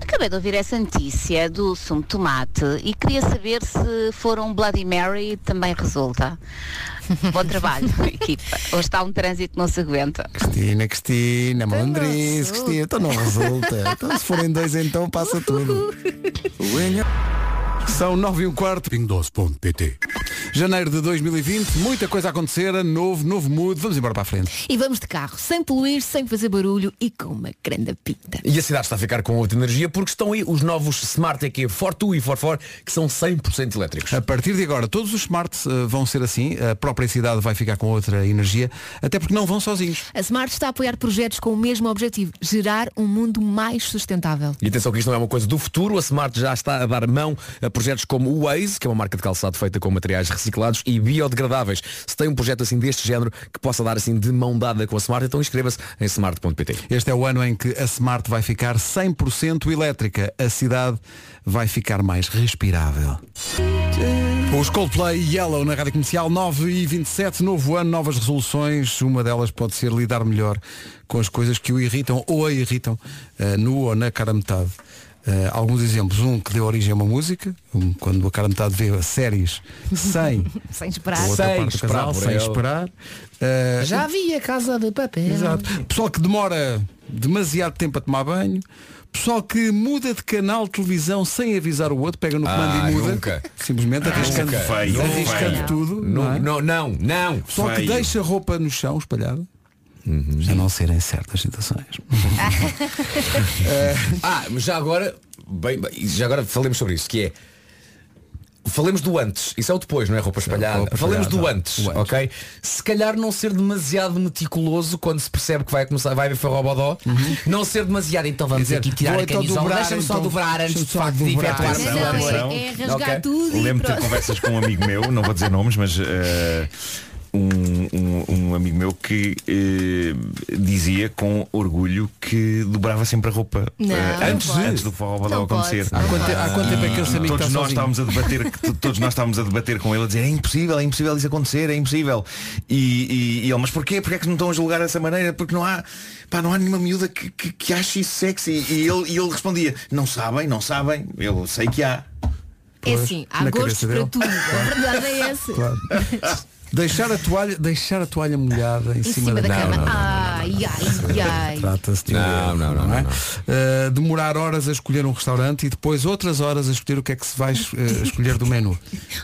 Speaker 19: Acabei de ouvir essa notícia do sumo de tomate e queria saber se for um Bloody Mary também resulta. Bom
Speaker 3: *laughs*
Speaker 19: trabalho, equipa. Hoje está um trânsito que não se aguenta.
Speaker 1: Cristina, Cristina, malandrice, Cristina, então não resulta. Então se forem dois então passa tudo. São 9 e um quarto. Ping12.pt Janeiro de 2020, muita coisa a acontecer, novo, novo mood, vamos embora para a frente.
Speaker 3: E vamos de carro, sem poluir, sem fazer barulho e com uma grande pinta.
Speaker 8: E a cidade está a ficar com outra energia porque estão aí os novos Smart EQ Fortu e Forfor que são 100% elétricos.
Speaker 1: A partir de agora, todos os smarts eh, vão ser assim, a própria cidade vai ficar com outra energia, até porque não vão sozinhos.
Speaker 3: A Smart está a apoiar projetos com o mesmo objetivo, gerar um mundo mais sustentável.
Speaker 8: E atenção que isto não é uma coisa do futuro, a Smart já está a dar mão a projetos como o Waze, que é uma marca de calçado feita com materiais reciclados e biodegradáveis. Se tem um projeto assim deste género que possa dar assim de mão dada com a Smart, então inscreva-se em smart.pt.
Speaker 1: Este é o ano em que a Smart vai ficar 100% elétrica. A cidade vai ficar mais respirável. Os Coldplay e Yellow na Rádio Comercial 9 e 27, novo ano, novas resoluções. Uma delas pode ser lidar melhor com as coisas que o irritam ou a irritam eh, no ou na cara metade. Eh, alguns exemplos, um que deu origem a uma música, um, quando a cara metade vê séries sem
Speaker 3: Sem esperar.
Speaker 1: a outra parte do casal, sem esperar. Eh,
Speaker 3: Já havia casa de papel.
Speaker 1: Exato. Pessoal que demora demasiado tempo a tomar banho. Pessoal que muda de canal de televisão sem avisar o outro, pega no comando
Speaker 8: Ah,
Speaker 1: e muda.
Speaker 8: nunca.
Speaker 1: Simplesmente arriscando,
Speaker 8: Nunca. Feio,
Speaker 1: arriscando
Speaker 8: feio.
Speaker 1: tudo.
Speaker 8: Não,
Speaker 1: não, é?
Speaker 8: não, não, não.
Speaker 1: Pessoal que
Speaker 8: Feio. Uhum.
Speaker 1: deixa roupa no chão espalhada. A não ser em certas situações.
Speaker 8: ah, mas já agora, bem, bem, já agora falemos sobre isso, que é Falemos do antes, isso é o depois, não é roupa espalhada.
Speaker 1: roupa
Speaker 8: Falemos do
Speaker 1: espalhada.
Speaker 8: antes,
Speaker 1: O antes.
Speaker 8: ok? Se calhar não ser demasiado meticuloso quando se percebe que vai começar, vai haver farrobodó. Não ser demasiado, então vamos
Speaker 1: Quer dizer,
Speaker 8: Uhum. aqui tirar
Speaker 1: vou
Speaker 8: a
Speaker 1: então
Speaker 8: camisola.
Speaker 1: dobrar,
Speaker 8: Deixa-me só
Speaker 1: então,
Speaker 8: dobrar antes de
Speaker 1: deixa-me só
Speaker 8: facto de
Speaker 1: dobrar.
Speaker 8: efetuar
Speaker 1: Atenção,
Speaker 8: a
Speaker 1: atenção.
Speaker 8: manobra.
Speaker 3: É rasgar
Speaker 8: Ok.
Speaker 3: tudo e
Speaker 14: Lembro-te de
Speaker 3: pronto.
Speaker 14: conversas com um amigo meu, não vou dizer nomes, mas eh, um, um- um amigo meu que eh, dizia com orgulho que dobrava sempre a roupa
Speaker 4: Não,
Speaker 14: eh,
Speaker 4: não
Speaker 14: antes,
Speaker 8: é
Speaker 4: pode.
Speaker 14: antes do forró Badal
Speaker 4: Não pode,
Speaker 14: acontecer.
Speaker 4: não Há quanto- pode. há quanto tempo é que ele sabia que
Speaker 14: todos nós
Speaker 4: está sozinho?
Speaker 14: estávamos a debater, que- todos nós estávamos a debater com ele a dizer é impossível, é impossível isso acontecer, é impossível. E, e- e ele, mas porquê? Porquê é que não estão a julgar dessa maneira? Porque não há, pá, não há nenhuma miúda que, que, que ache isso sexy. E ele, e ele respondia, não sabem, não sabem, eu sei que há.
Speaker 3: É assim, há
Speaker 14: na
Speaker 3: gostos
Speaker 14: cabeça
Speaker 3: para
Speaker 14: dele.
Speaker 3: tudo. A verdade é essa.
Speaker 1: Claro. Deixar a toalha, deixar a toalha molhada em,
Speaker 3: Em cima da
Speaker 1: Não,
Speaker 3: cama.
Speaker 1: não, não.
Speaker 3: Ai, ai, ai.
Speaker 1: Trata-se de um erro, não, é? Uh, demorar horas a escolher um restaurante e depois outras horas a escolher o que é que se vai
Speaker 3: *laughs*
Speaker 1: uh, escolher do menu.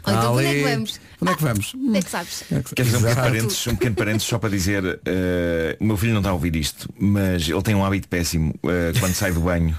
Speaker 3: Ou então,
Speaker 1: Ali-
Speaker 3: quando é que vamos?
Speaker 1: Onde é
Speaker 3: *laughs*
Speaker 1: que vamos? Hum,
Speaker 3: Onde é que sabes?
Speaker 14: Quer fazer um pequeno,
Speaker 1: Exato.
Speaker 14: parênteses, um pequeno parênteses só para dizer eh, O meu filho não está a ouvir isto Mas ele tem um hábito péssimo eh, Quando sai do banho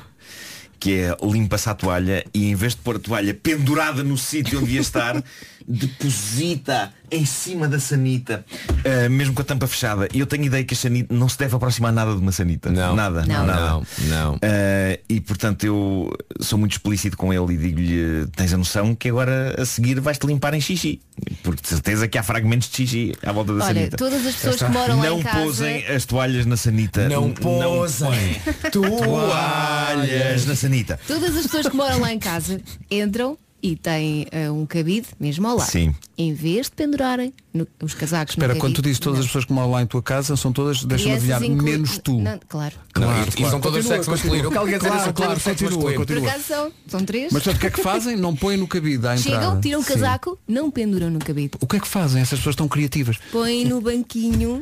Speaker 14: Que é limpa-se a toalha E em vez de pôr a toalha pendurada no sítio onde ia estar Deposita em cima da sanita eh, Mesmo com a tampa fechada E eu tenho ideia que a sanita não se deve aproximar nada de uma sanita Não, nada,
Speaker 8: Não.
Speaker 14: nada.
Speaker 8: Não, não.
Speaker 14: Eh, e portanto eu sou muito explícito com ele e digo-lhe tens a noção que agora a seguir vais-te limpar em xixi porque de certeza que há fragmentos de xixi à volta da
Speaker 3: Olha,
Speaker 14: sanita
Speaker 3: todas as pessoas
Speaker 14: Está.
Speaker 3: que moram lá
Speaker 14: não
Speaker 3: em casa-
Speaker 14: posem as toalhas na sanita
Speaker 8: Não
Speaker 14: N-
Speaker 8: posem *laughs*
Speaker 14: põem toalhas na sanita
Speaker 3: Todas as pessoas que moram lá em casa entram e têm eh, um cabide mesmo ao lado.
Speaker 1: Sim.
Speaker 3: Em vez de pendurarem no- os casacos
Speaker 1: Espera,
Speaker 3: no
Speaker 1: quando
Speaker 3: cabide.
Speaker 1: tu dizes todas as pessoas que moram lá em tua casa são todas, deixa-me
Speaker 3: Crianças
Speaker 1: adivinhar,
Speaker 3: inclu-
Speaker 1: menos tu.
Speaker 3: Não, claro.
Speaker 8: e- e são todas sexo masculino. O que alguém dizer
Speaker 1: claro,
Speaker 8: são
Speaker 1: claro,
Speaker 8: todas sexo
Speaker 1: continua,
Speaker 8: masculino.
Speaker 3: Por
Speaker 1: continua.
Speaker 3: acaso são, são três.
Speaker 1: Mas portanto, o que é que fazem? Não põem no cabide à entrada.
Speaker 3: Chegam, tiram o
Speaker 1: Sim.
Speaker 3: casaco, não penduram no cabide.
Speaker 1: O que é que fazem? Essas pessoas tão criativas.
Speaker 3: Põem no banquinho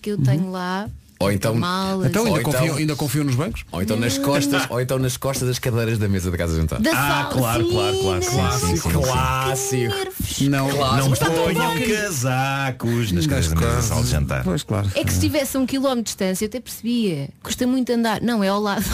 Speaker 3: que eu tenho lá.
Speaker 8: Ou então,
Speaker 3: Malas.
Speaker 1: Então ainda confiam- ainda confiam nos bancos?
Speaker 8: Ou então nas
Speaker 14: *laughs*
Speaker 8: costas, ou então nas costas das cadeiras da mesa da casa de jantar.
Speaker 3: Da
Speaker 1: Ah,
Speaker 3: sala, sim, da sala, sim,
Speaker 8: Clássico.
Speaker 1: Não,
Speaker 8: Clássico.
Speaker 14: não ponham casacos nas cadeiras da mesa da sala de jantar
Speaker 1: pois claro
Speaker 3: É que se tivesse a um quilómetro de distância, eu até percebia. Custa muito andar. Não, é ao lado.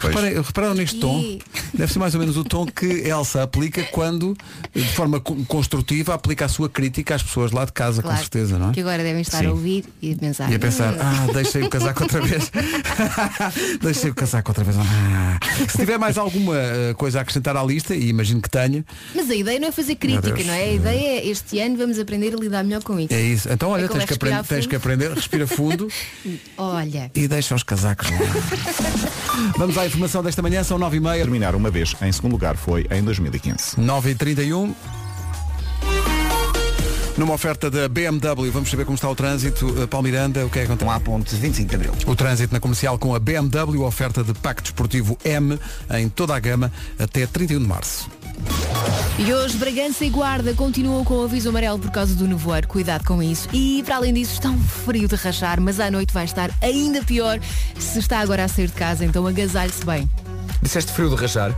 Speaker 1: Reparem, repararam neste tom?
Speaker 3: E-
Speaker 1: Deve ser mais ou menos o tom que Elsa aplica quando, de forma co- construtiva, aplica a sua crítica às pessoas lá de casa, com certeza, não é?
Speaker 3: Que agora devem estar
Speaker 1: Sim.
Speaker 3: a ouvir e a pensar.
Speaker 1: E a pensar,
Speaker 3: "Hum,
Speaker 1: ah, deixei o casaco outra vez. *laughs* deixei o casaco outra vez. Ah. Se tiver mais alguma eh, coisa a acrescentar à lista, e imagino que tenha,
Speaker 3: Mas a ideia não é fazer
Speaker 1: Meu
Speaker 3: crítica,
Speaker 1: Deus.
Speaker 3: não é? A ideia é este ano vamos aprender a lidar melhor com isso.
Speaker 1: é isso. Então olha,
Speaker 3: É como
Speaker 1: tens,
Speaker 3: é
Speaker 1: que
Speaker 3: respirar
Speaker 1: aprender, tens
Speaker 3: fundo.
Speaker 1: que aprender,
Speaker 3: *laughs*
Speaker 1: respira fundo
Speaker 3: Olha.
Speaker 1: e deixa os casacos lá. Vamos à informação desta manhã, são 9h30.
Speaker 18: Terminar uma vez em segundo lugar foi em 2015.
Speaker 1: 9h31. Numa oferta da BMW, vamos saber como está o trânsito. Uh, Paulo Miranda, o que é que acontece?
Speaker 2: Lá ponte 25 de Abril.
Speaker 1: O trânsito na comercial com a BMW, oferta de Pacto Esportivo M em toda a gama até 31 de março.
Speaker 3: E hoje Bragança e Guarda continuam com o aviso amarelo por causa do nevoeiro, cuidado com isso. E para além disso está um frio de rachar, mas à noite vai estar ainda pior. Se está agora a sair de casa, então agasalhe-se bem.
Speaker 8: Disseste frio de rachar?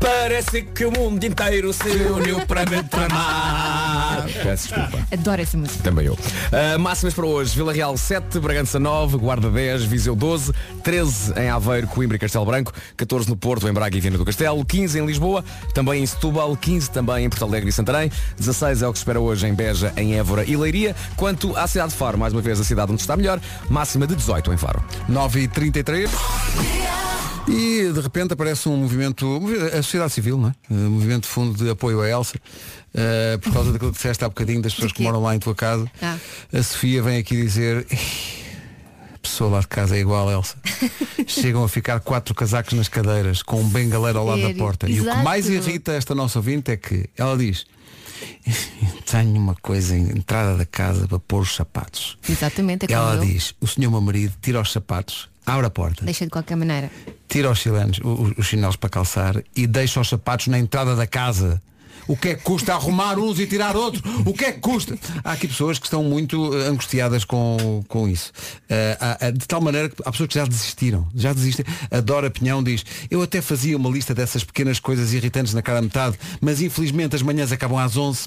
Speaker 8: Parece que o mundo inteiro se uniu para me tramar. Peço desculpa.
Speaker 3: Adoro essa música.
Speaker 8: Também eu. Ah, máximas para hoje. Vila Real 7, Bragança 9, Guarda 10, Viseu 12, 13 em Aveiro, Coimbra e Castelo Branco, 14 no Porto, em Braga e Viana do Castelo, 15 em Lisboa, também em Setúbal, 15 também em Porto Alegre e Santarém, 16 é o que se espera hoje em Beja, em Évora e Leiria. Quanto à cidade de Faro, mais uma vez a cidade onde está melhor, máxima de 18 em Faro.
Speaker 1: 9h33. E de repente aparece um movimento, a sociedade civil, não é? Uh, movimento de fundo de apoio a Elsa, uh, por causa daquilo que disseste há bocadinho, das pessoas que moram lá em tua casa.
Speaker 4: Tá.
Speaker 3: Ah.
Speaker 1: A Sofia vem aqui dizer, "Ih, a pessoa lá de casa é igual a
Speaker 4: *laughs*
Speaker 1: Elsa. Chegam a ficar quatro casacos nas cadeiras, com um bengaleiro ao lado da
Speaker 4: Sério?
Speaker 1: porta. E o que
Speaker 4: Exato.
Speaker 1: mais irrita esta nossa ouvinte é que ela diz, tenho uma coisa em entrada da casa para pôr os sapatos.
Speaker 3: Exatamente, é como
Speaker 1: Ela
Speaker 3: eu.
Speaker 1: diz, o senhor meu marido tira os sapatos, abre a porta,
Speaker 3: Deixa de qualquer maneira.
Speaker 1: tira os chilenos, o- o- os chinelos para calçar e deixa os sapatos na entrada da casa. O que é que custa arrumar uns e tirar outros? O que é que custa? Há aqui pessoas que estão muito eh, angustiadas com, com isso. Eh, há- há- de tal maneira que há pessoas que já desistiram. Já desistem. A Dora Pinhão diz, eu até fazia uma lista dessas pequenas coisas irritantes na cara metade, mas infelizmente as manhãs acabam às 11.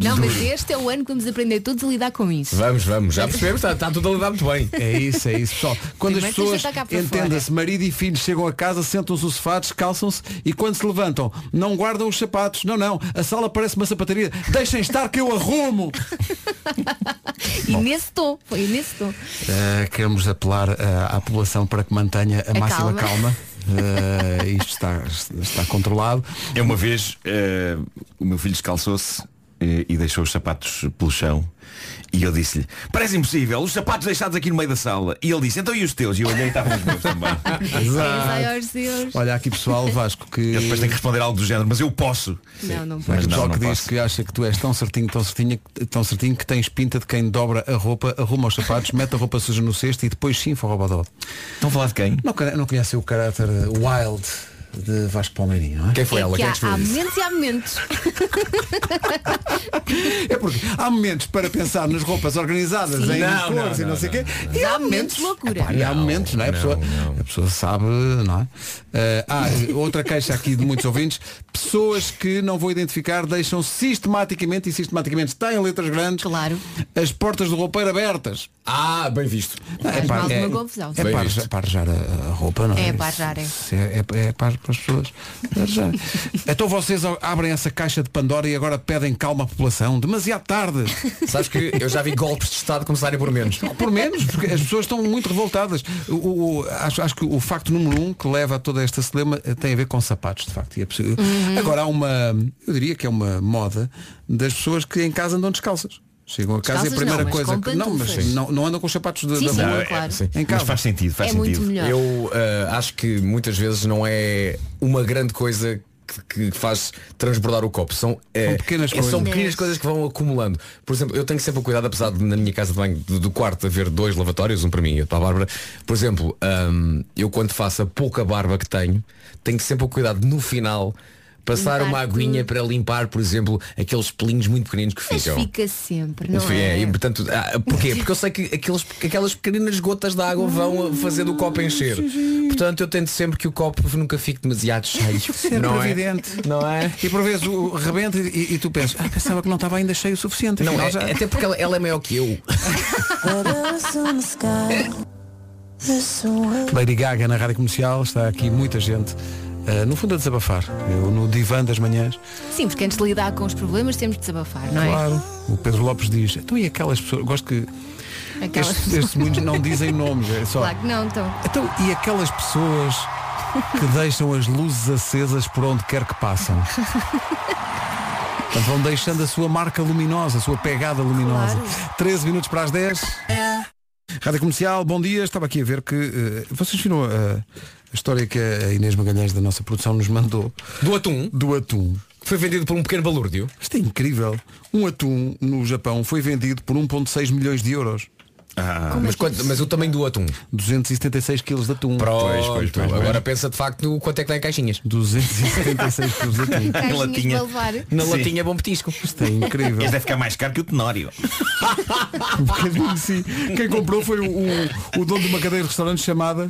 Speaker 3: Não, mas este é o ano que vamos aprender todos a lidar com isso.
Speaker 8: Vamos, vamos, já percebemos,
Speaker 1: Tá,
Speaker 8: está, está tudo a lidar muito bem.
Speaker 1: É isso, é isso, pessoal. Quando
Speaker 3: Primeiro
Speaker 1: as
Speaker 3: tens de
Speaker 1: pessoas
Speaker 3: estar cá para
Speaker 1: entendam-se, marido e filho chegam a casa, sentam-se os fatos, calçam-se e quando se levantam, não guardam os sapatos. Não, não. A sala parece uma sapataria. Deixem estar que eu arrumo.
Speaker 3: E nesse tom, foi nesse tom.
Speaker 1: Eh, queremos apelar eh, à população para que mantenha a,
Speaker 3: A
Speaker 1: máxima
Speaker 3: calma.
Speaker 1: calma. Eh, isto está, está controlado.
Speaker 14: Eu uma vez, eh, o meu filho descalçou-se eh, eh, e deixou os sapatos pelo chão. E eu disse-lhe, parece impossível, os sapatos deixados aqui no meio da sala. E ele disse, então e os teus? E eu olhei e estavam os meus também.
Speaker 3: Ai, aos Deus.
Speaker 1: Olha aqui pessoal, Vasco, que.
Speaker 14: Eu depois tenho que responder algo do género, mas eu posso.
Speaker 3: Não, não
Speaker 1: Mas
Speaker 14: Mas
Speaker 1: o pessoal
Speaker 14: não,
Speaker 1: é que
Speaker 14: não
Speaker 1: diz que acha que tu és tão certinho, tão certinho, tão certinho que tens pinta de quem dobra a roupa, arruma os sapatos, mete a roupa suja no cesto e depois sim for roubado.
Speaker 14: Estão a falar de quem?
Speaker 1: Não, cara- não conhecem o caráter wild de Vasco Palmeirinho, não é? Quem
Speaker 3: É que há, há momentos e há momentos.
Speaker 1: É porque há momentos para pensar nas roupas organizadas
Speaker 3: Sim.
Speaker 1: em
Speaker 3: Não,
Speaker 1: cores
Speaker 3: não,
Speaker 1: e não,
Speaker 3: não,
Speaker 1: sei o quê.
Speaker 3: não, não.
Speaker 1: E
Speaker 3: Há
Speaker 1: há
Speaker 3: momentos
Speaker 1: momentos
Speaker 3: de loucura.
Speaker 1: Epá, e há
Speaker 3: Não,
Speaker 1: momentos, não é? A pessoa, a pessoa sabe, não é? Eh, ah, outra queixa aqui de muitos ouvintes. Pessoas que não vou identificar deixam sistematicamente e sistematicamente está em letras grandes
Speaker 3: claro.
Speaker 1: as portas do roupeiro abertas.
Speaker 8: Ah, bem visto.
Speaker 3: Faz mal de É uma confusão.
Speaker 1: É
Speaker 3: Bem
Speaker 1: para,
Speaker 3: visto.
Speaker 1: é para arejar a, a roupa, não é?
Speaker 3: É para arejar, é.
Speaker 1: Isso É, é- é para, para as pessoas
Speaker 3: *laughs*
Speaker 1: arejar. então vocês a- abrem essa caixa de Pandora e agora pedem calma à população. Demasiado tarde.
Speaker 8: Sabes que eu já vi golpes de Estado começarem por *laughs* menos.
Speaker 1: Por menos, porque as pessoas estão muito revoltadas. O- o- o- acho, acho que o facto número um que leva a toda esta celema eh, tem a ver com sapatos, de facto. E é possível-
Speaker 8: Uhum.
Speaker 1: Agora há uma, eu diria que é uma moda das pessoas que em casa andam descalças. Chegam a casa e a
Speaker 8: Descalças
Speaker 1: primeira
Speaker 8: não, mas
Speaker 1: coisa
Speaker 8: com
Speaker 1: que- não, mas
Speaker 8: pantufas.
Speaker 1: não, não andam com os sapatos da, da rua
Speaker 8: Sim.
Speaker 1: em casa.
Speaker 8: É muito melhor. Eu eh, acho que muitas vezes não é uma grande coisa que, que faz transbordar o copo. São, eh,
Speaker 1: São pequenas
Speaker 8: eh,
Speaker 1: coisas.
Speaker 8: São pequenas coisas que vão acumulando. Por exemplo, eu tenho sempre o cuidado, apesar de na minha casa de banho do, do quarto haver dois lavatórios, um para mim e outro para a Bárbara. Por exemplo, ahm, eu quando faço a pouca barba que tenho, tenho sempre o cuidado no final passar
Speaker 3: Limpar
Speaker 8: uma aguinha para limpar, por exemplo, aqueles pelinhos muito pequeninos que
Speaker 3: Mas
Speaker 8: ficam.
Speaker 3: fica sempre, não
Speaker 8: Enfim,
Speaker 3: é?
Speaker 8: e, portanto, ah, porquê? Porque eu sei que aqueles, que aquelas pequeninas gotas de água vão fazendo o copo encher. Portanto, eu tento sempre que o copo nunca fique demasiado cheio.
Speaker 1: Sempre
Speaker 8: não é?
Speaker 1: evidente.
Speaker 8: Não é?
Speaker 1: E por vezes o rebenta e, e tu pensas, ah, pensava que não estava ainda cheio o suficiente.
Speaker 8: Não,
Speaker 1: Afinal
Speaker 8: é-
Speaker 1: já-
Speaker 8: até porque ela, ela é maior que eu.
Speaker 1: Lady Gaga na Rádio Comercial, está aqui muita gente, eh, no fundo a desabafar. Eu no divã das manhãs,
Speaker 3: Sim, porque antes de lidar com os problemas temos de desabafar, não é?
Speaker 1: claro. O Pedro Lopes diz, então e aquelas pessoas, gosto que
Speaker 3: Aquelas
Speaker 1: estes,
Speaker 3: pessoas.
Speaker 1: estes muitos não dizem nomes, é só.
Speaker 3: Claro que não, então.
Speaker 1: Então, e aquelas pessoas que deixam as luzes acesas por onde quer que passam? Portanto, vão deixando a sua marca luminosa, a sua pegada luminosa. 13 minutos para as 10. Rádio Comercial, bom dia. Estava aqui a ver que. eh, vocês viram a, a história que a Inês Magalhães da nossa produção nos mandou?
Speaker 8: Do atum?
Speaker 1: Do atum.
Speaker 8: Que foi vendido por um pequeno balúrdio.
Speaker 1: Isto é incrível. Um atum no Japão foi vendido por 1,6 milhões de euros.
Speaker 8: Como é Mas que quanto- isso? mas o tamanho do atum?
Speaker 1: 276 quilos de atum.
Speaker 8: Pronto, agora pensa de facto no quanto é que dá em caixinhas.
Speaker 1: 276 quilos de atum.
Speaker 14: Caixinhas latinha. para levar.
Speaker 8: Na
Speaker 14: Sim.
Speaker 8: latinha é bom petisco. *laughs*
Speaker 1: Isto é incrível.
Speaker 14: Este deve ficar mais caro que o Tenório.
Speaker 1: Um bocadinho,
Speaker 14: assim.
Speaker 1: sim. Quem comprou foi o, o, o dono de uma cadeia de restaurantes chamada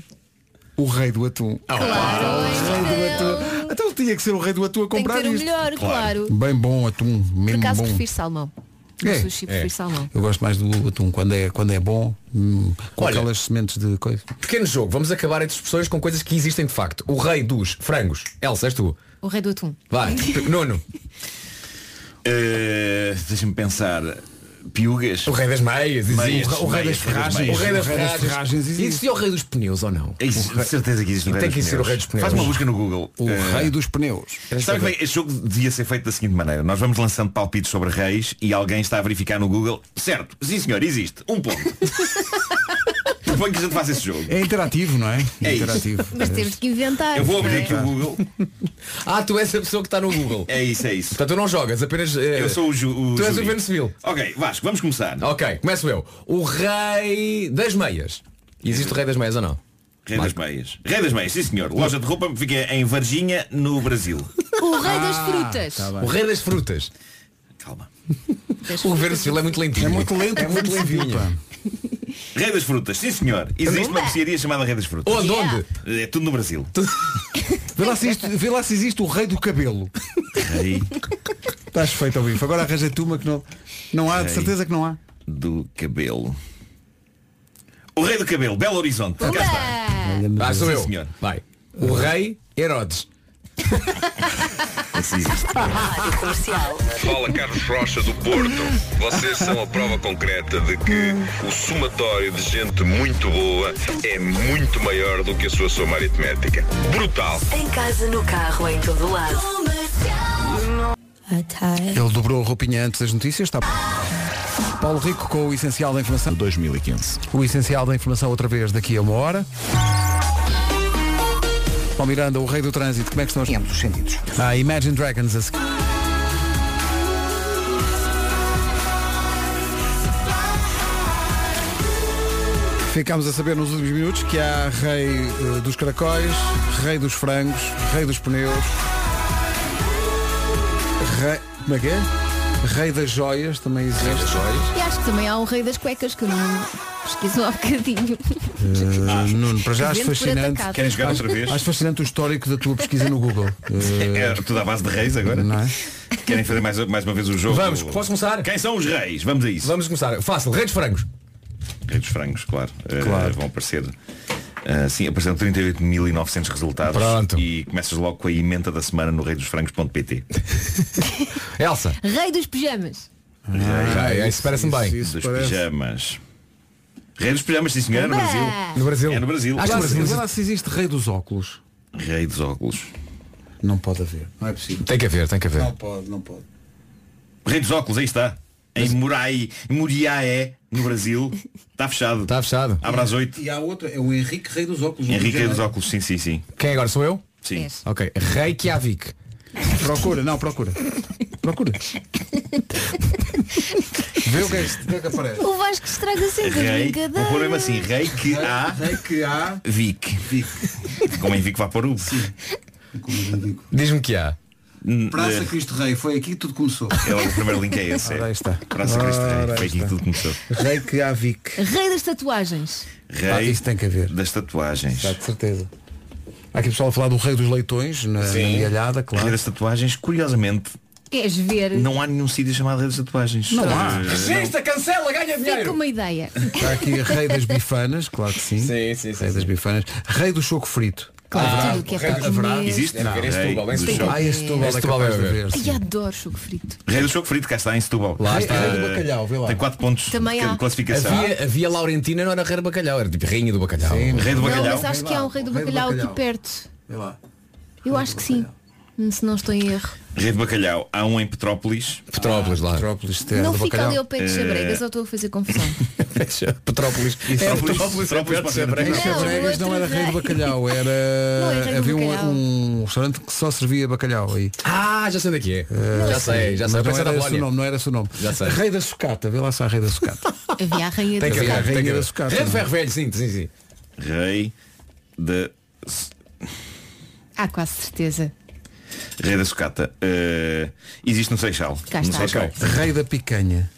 Speaker 1: O Rei do Atum.
Speaker 3: Claro,
Speaker 1: o Rei do Atum. Então tinha que ser o Rei do Atum a
Speaker 3: Tem que
Speaker 1: comprar
Speaker 3: ter o
Speaker 1: isto.
Speaker 3: melhor, claro.
Speaker 1: Bem bom atum,
Speaker 3: Por
Speaker 1: mesmo
Speaker 3: acaso
Speaker 1: bom.
Speaker 3: prefiro salmão. No
Speaker 1: É,
Speaker 3: sushi
Speaker 1: é.
Speaker 3: prefiro salmão.
Speaker 1: Eu gosto mais do atum quando é, quando é bom, hum, com aquelas sementes de coisa.
Speaker 8: Pequeno jogo, vamos acabar entre as pessoas com coisas que existem de facto. O rei dos frangos. Elsa, és tu.
Speaker 3: O rei do atum.
Speaker 8: Vai, Nuno.
Speaker 14: Eh, Deixa-me pensar. Piugas.
Speaker 8: O rei das meias. existe.
Speaker 14: Meias,
Speaker 8: O rei das
Speaker 14: meias,
Speaker 8: ferragens.
Speaker 14: meias.
Speaker 8: O rei das ferragens.
Speaker 14: existe.
Speaker 8: Existia é o rei dos pneus ou não?
Speaker 14: Isso, de certeza que existe o rei
Speaker 8: Tem
Speaker 14: dos
Speaker 8: que ser o
Speaker 14: pneus.
Speaker 8: rei dos pneus.
Speaker 14: Faz uma busca no Google.
Speaker 1: O
Speaker 14: Eh,
Speaker 1: Rei dos Pneus.
Speaker 14: Sabe que bem, este jogo devia ser feito da seguinte maneira. Nós vamos lançando palpites sobre reis e alguém está a verificar no Google. Certo, sim senhor, existe. Um ponto. Proponho que a gente faça esse jogo.
Speaker 1: É interativo, não é?
Speaker 14: É isso. *laughs*
Speaker 1: interativo.
Speaker 3: Mas temos que inventar.
Speaker 14: Eu vou abrir
Speaker 3: não é?
Speaker 14: aqui o Google.
Speaker 8: Ah, tu és a pessoa que está no Google.
Speaker 14: É isso, é isso.
Speaker 8: *laughs* Portanto, tu não jogas, apenas. eh,
Speaker 14: Eu sou o, ju o
Speaker 8: Tu és o
Speaker 14: júri.
Speaker 8: governo civil.
Speaker 14: Ok, Vasco, vamos começar.
Speaker 8: Ok, começo eu. O rei das meias. Existe o rei das meias ou não?
Speaker 14: Rei das meias. Rei das meias, sim senhor. Loja de roupa fica em Varginha, no Brasil.
Speaker 3: O rei das frutas.
Speaker 8: o rei das frutas.
Speaker 3: Das
Speaker 8: O governo civil é muito lentinho.
Speaker 1: É muito lento, é muito lentinho.
Speaker 14: Rei das frutas, sim senhor. Existe uma mercearia chamada Rei das Frutas.
Speaker 1: Onde, onde?
Speaker 14: É tudo no Brasil.
Speaker 1: Vê lá, se isto- vê lá se existe o Rei do Cabelo.
Speaker 14: Rei
Speaker 1: Estás feito ao vivo. Agora arranja-te uma que não, não há, de
Speaker 14: Rei.
Speaker 1: certeza que não há.
Speaker 14: do cabelo. O rei do cabelo, Belo Horizonte. Cá está.
Speaker 8: Ah, sou
Speaker 14: Sim,
Speaker 8: eu.
Speaker 14: senhor.
Speaker 8: Vai. O rei Herodes.
Speaker 4: Rádio comercial.
Speaker 20: Fala Carlos Rocha do Porto. Vocês são a prova concreta de que o somatório de gente muito boa é muito maior do que a sua soma aritmética. Brutal.
Speaker 4: Em casa, no carro, em todo lado.
Speaker 1: Ele dobrou a roupinha antes das notícias, está. Paulo Rico com o essencial da informação.
Speaker 18: 2015.
Speaker 1: O essencial da informação outra vez daqui a uma hora. Paulo Miranda, o rei do trânsito, como é que estão as...
Speaker 2: Em ambos os sentidos.
Speaker 1: Ah, Imagine Dragons a seguir. Ficámos a saber nos últimos minutos que há rei eh, dos caracóis, rei dos frangos, rei dos pneus, rei... como é que é? Rei das joias também existe. Rei das joias?
Speaker 3: E acho que também há um rei das cuecas que eu não esqueço há bocadinho.
Speaker 1: Uh, Nuno, para já
Speaker 3: Que
Speaker 1: acho
Speaker 3: vende por
Speaker 1: fascinante.
Speaker 3: atacado. Querem jogar
Speaker 1: Acho-
Speaker 14: outra vez?
Speaker 1: Acho fascinante o histórico da tua pesquisa no Google. eh,
Speaker 14: É, é tudo à base de reis agora?
Speaker 1: Não é?
Speaker 14: Querem fazer mais, mais uma vez o jogo?
Speaker 8: Vamos,
Speaker 14: posso começar? Quem são os reis? Vamos a isso.
Speaker 8: Vamos começar. Fácil, Rei dos Frangos.
Speaker 14: Rei dos frangos, claro. Eh, vão aparecer. eh, sim, apareceram 38.900 resultados
Speaker 8: Pronto.
Speaker 14: e começas logo com a emenda da semana no rei dos frangos.pt.
Speaker 8: Elsa.
Speaker 3: Rei dos pijamas.
Speaker 8: Ah, isso parece-me bem.
Speaker 14: dos
Speaker 8: parece.
Speaker 14: pijamas. Rei dos pijamas, sim senhor, é no
Speaker 3: Ué.
Speaker 14: Brasil.
Speaker 1: No
Speaker 14: Brasil. É no Brasil.
Speaker 1: Acho que agora lá se existe rei dos óculos.
Speaker 14: Rei dos óculos.
Speaker 1: Não pode haver. Não é possível.
Speaker 8: Tem que haver, tem que haver.
Speaker 1: Não pode, não pode.
Speaker 14: Rei dos óculos, aí está. Em Murai, Muriaé, no Brasil. Está fechado. Está
Speaker 8: Tá fechado.
Speaker 14: Abra às 8.
Speaker 1: Tá. E há outra, é o Henrique Rei dos Óculos.
Speaker 14: Henrique Rei dos óculos, sim, sim, sim.
Speaker 8: Quem agora sou eu?
Speaker 14: Sim.
Speaker 8: Ok. Rei Kiavik.
Speaker 1: Procura, não, procura.
Speaker 14: *laughs*
Speaker 1: Procura. Vê o que é isto, vê o que aparece.
Speaker 16: O Vasco estraga sempre as
Speaker 14: Rei, vou pôr
Speaker 16: brincadeiras.
Speaker 14: mesmo assim, rei que há.
Speaker 1: Rei que há.
Speaker 14: Vic. *laughs* Como em Vic vá para o.
Speaker 8: Diz-me que há.
Speaker 1: Praça Cristo Rei, foi aqui que tudo começou.
Speaker 14: É logo o primeiro link é esse.
Speaker 1: Ora, aí está.
Speaker 14: Praça Cristo
Speaker 1: Ora,
Speaker 14: Rei.
Speaker 1: aí
Speaker 14: Foi aqui que
Speaker 1: está.
Speaker 14: tudo começou.
Speaker 1: Rei que há Vic.
Speaker 3: Rei das tatuagens.
Speaker 14: Rei
Speaker 1: Ah, isso tem que haver.
Speaker 14: das tatuagens.
Speaker 1: Está de certeza. Há aqui pessoal a falar do rei dos leitões na, na
Speaker 14: Sim.
Speaker 1: Mialhada, claro.
Speaker 14: Rei *laughs* das tatuagens, curiosamente,
Speaker 3: Queres ver?
Speaker 14: não há nenhum sítio chamado Rei das tatuagens.
Speaker 1: Não há. Ah,
Speaker 14: Eh, não.
Speaker 8: cancela, ganha
Speaker 3: Fica uma ideia.
Speaker 1: Está aqui rei das bifanas, claro que sim. rei das bifanas. Rei do choco frito.
Speaker 3: Claro,
Speaker 1: Haverá?
Speaker 3: tudo o que é para
Speaker 1: Haverá?
Speaker 3: comer.
Speaker 14: Existe?
Speaker 1: Não.
Speaker 14: Rei do choco.
Speaker 1: Ah, esse Setúbal é
Speaker 14: Esse Setúbal
Speaker 1: capaz
Speaker 14: é
Speaker 1: de
Speaker 14: haver.
Speaker 1: haver. sim.
Speaker 3: Ai, adoro choco frito.
Speaker 14: Rei do Choco Frito, cá está em Setúbal.
Speaker 1: Lá
Speaker 14: Rei-
Speaker 1: está.
Speaker 14: Rei
Speaker 1: do Bacalhau, vê lá.
Speaker 14: Tem 4 pontos
Speaker 3: Também
Speaker 14: de
Speaker 3: há.
Speaker 14: classificação.
Speaker 8: Havia, havia Laurentina, não era rei do bacalhau, era tipo rainha do bacalhau.
Speaker 14: Rei do
Speaker 3: Não,
Speaker 14: Bacalhau.
Speaker 3: mas acho que há um rei do
Speaker 1: Rei do
Speaker 3: bacalhau aqui
Speaker 1: bacalhau.
Speaker 3: perto.
Speaker 1: Vê lá.
Speaker 3: Eu acho que sim. Se não estou em erro.
Speaker 14: Rei do Bacalhau. Há um em Petrópolis.
Speaker 8: Petrópolis, lá.
Speaker 1: Petrópolis,
Speaker 3: não fica ali ao pé de Xabregas, ou estou a fazer confusão.
Speaker 8: Petrópolis.
Speaker 14: Petrópolis,
Speaker 8: Petrópolis,
Speaker 14: Petrópolis,
Speaker 8: é perto de
Speaker 14: Petrópolis.
Speaker 1: Mas Xabregas não era rei do bacalhau,
Speaker 3: *laughs* Não é rei
Speaker 1: era.
Speaker 3: do
Speaker 1: Havia
Speaker 3: bacalhau.
Speaker 1: um, um restaurante que só servia bacalhau aí.
Speaker 8: Ah, já sei onde é que é. já sei, já sei.
Speaker 1: Mas
Speaker 8: Eu
Speaker 1: não
Speaker 8: pensei
Speaker 1: era
Speaker 8: na
Speaker 1: esse o
Speaker 8: Polónia.
Speaker 1: nome, não era esse o nome.
Speaker 8: Já sei.
Speaker 1: Rei da sucata, vê lá se há rei da sucata.
Speaker 8: *laughs*
Speaker 3: Havia a rainha
Speaker 8: Tem
Speaker 3: do
Speaker 8: que
Speaker 1: Havia a
Speaker 8: haver, tem
Speaker 1: rainha
Speaker 8: que
Speaker 1: da
Speaker 8: haver.
Speaker 1: sucata,
Speaker 8: Rei do
Speaker 1: não é?
Speaker 8: ferro velho, sim, sim, sim.
Speaker 14: Rei da
Speaker 3: Há Ah, quase certeza.
Speaker 14: Rei da Sucata. Eh, existe no Seixal.
Speaker 3: Cá
Speaker 14: no
Speaker 3: está.
Speaker 14: Seixal.
Speaker 1: Rei da picanha.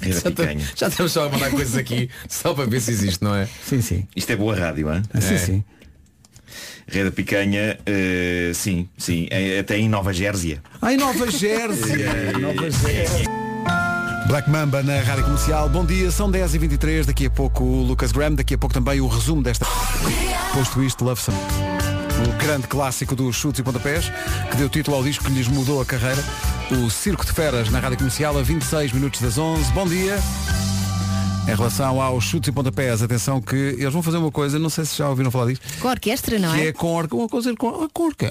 Speaker 14: Rei da
Speaker 8: Já
Speaker 14: Picanha.
Speaker 8: estamos- Já estamos só a mandar coisas aqui, só para ver se existe, não é?
Speaker 1: Sim, sim.
Speaker 14: Isto é boa rádio, hein?
Speaker 1: Ah, sim,
Speaker 8: É.
Speaker 1: sim.
Speaker 14: Rei da Picanha, eh, sim, sim. eh, até em Nova Gérzia.
Speaker 1: Ai, Nova Jersey. Nova Jersey. Black Mamba na Rádio Comercial. Bom dia, são 10h23, daqui a pouco o Lucas Graham, daqui a pouco também o resumo desta. Posto isto, Love Some. Um grande clássico dos chutes e pontapés, que deu título ao disco que lhes mudou a carreira. O Circo de Feras na Rádio Comercial, a 26 minutos das 11. Bom dia. Em relação aos chutes e pontapés, atenção que eles vão fazer uma coisa, não sei se já ouviram falar disto,
Speaker 3: Com a orquestra, não
Speaker 1: que
Speaker 3: é?
Speaker 1: é com orca, uma coisa com, com orca.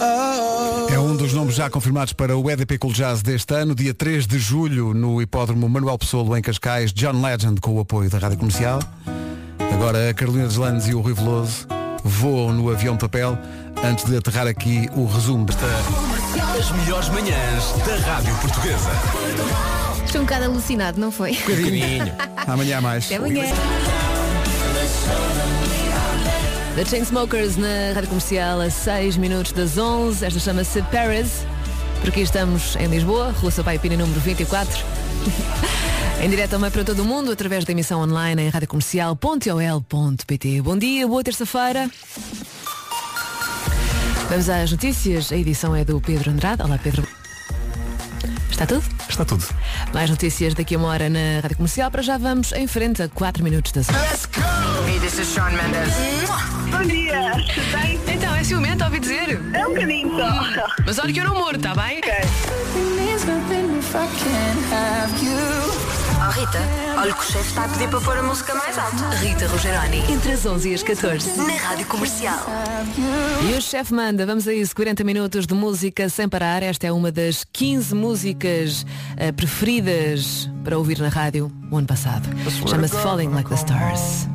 Speaker 1: Ah. É um dos nomes já confirmados para o EDP Cool Jazz deste ano, dia 3 de julho, no Hipódromo Manuel Pessoa em Cascais, John Legend com o apoio da Rádio Comercial. Agora a Carolina Deslandes e o Rui Veloso voam no avião de papel antes de aterrar aqui o resumo desta...
Speaker 5: As melhores manhãs da Rádio Portuguesa.
Speaker 3: Estou um bocado alucinado, não foi?
Speaker 1: Bocadinho. Amanhã há mais.
Speaker 3: Até amanhã. The Chainsmokers na Rádio Comercial a 6 minutos das 11. Esta chama-se Paris. Por aqui estamos em Lisboa, Rua Sampaio Pina, número 24. *laughs* em direto também para todo o mundo, através da emissão online em radiocomercial.ol.pt. Bom dia, boa terça-feira. Vamos às notícias. A edição é do Pedro Andrade. Olá, Pedro. Está tudo?
Speaker 18: Está tudo.
Speaker 3: Mais notícias daqui a uma hora na Rádio Comercial. Para já vamos em frente a 4 minutos das 11.
Speaker 21: Hey, this is Shawn Mendes.
Speaker 22: Bom dia, tudo bem?
Speaker 3: Então, é ciumento, ouvi dizer.
Speaker 22: É um bocadinho só.
Speaker 3: Mas olha que eu não morro, tá bem?
Speaker 22: Ok.
Speaker 21: Oh,
Speaker 3: Rita, olha que o chefe está a pedir para pôr a música mais alta. Rita Rogeroni, entre as 11 e as 14, na Rádio Comercial.
Speaker 4: E o chefe manda, vamos a isso, 40 minutos de música sem parar. Esta é uma das 15 músicas eh, preferidas para ouvir na rádio o ano passado. Chama-se Falling Like the Stars.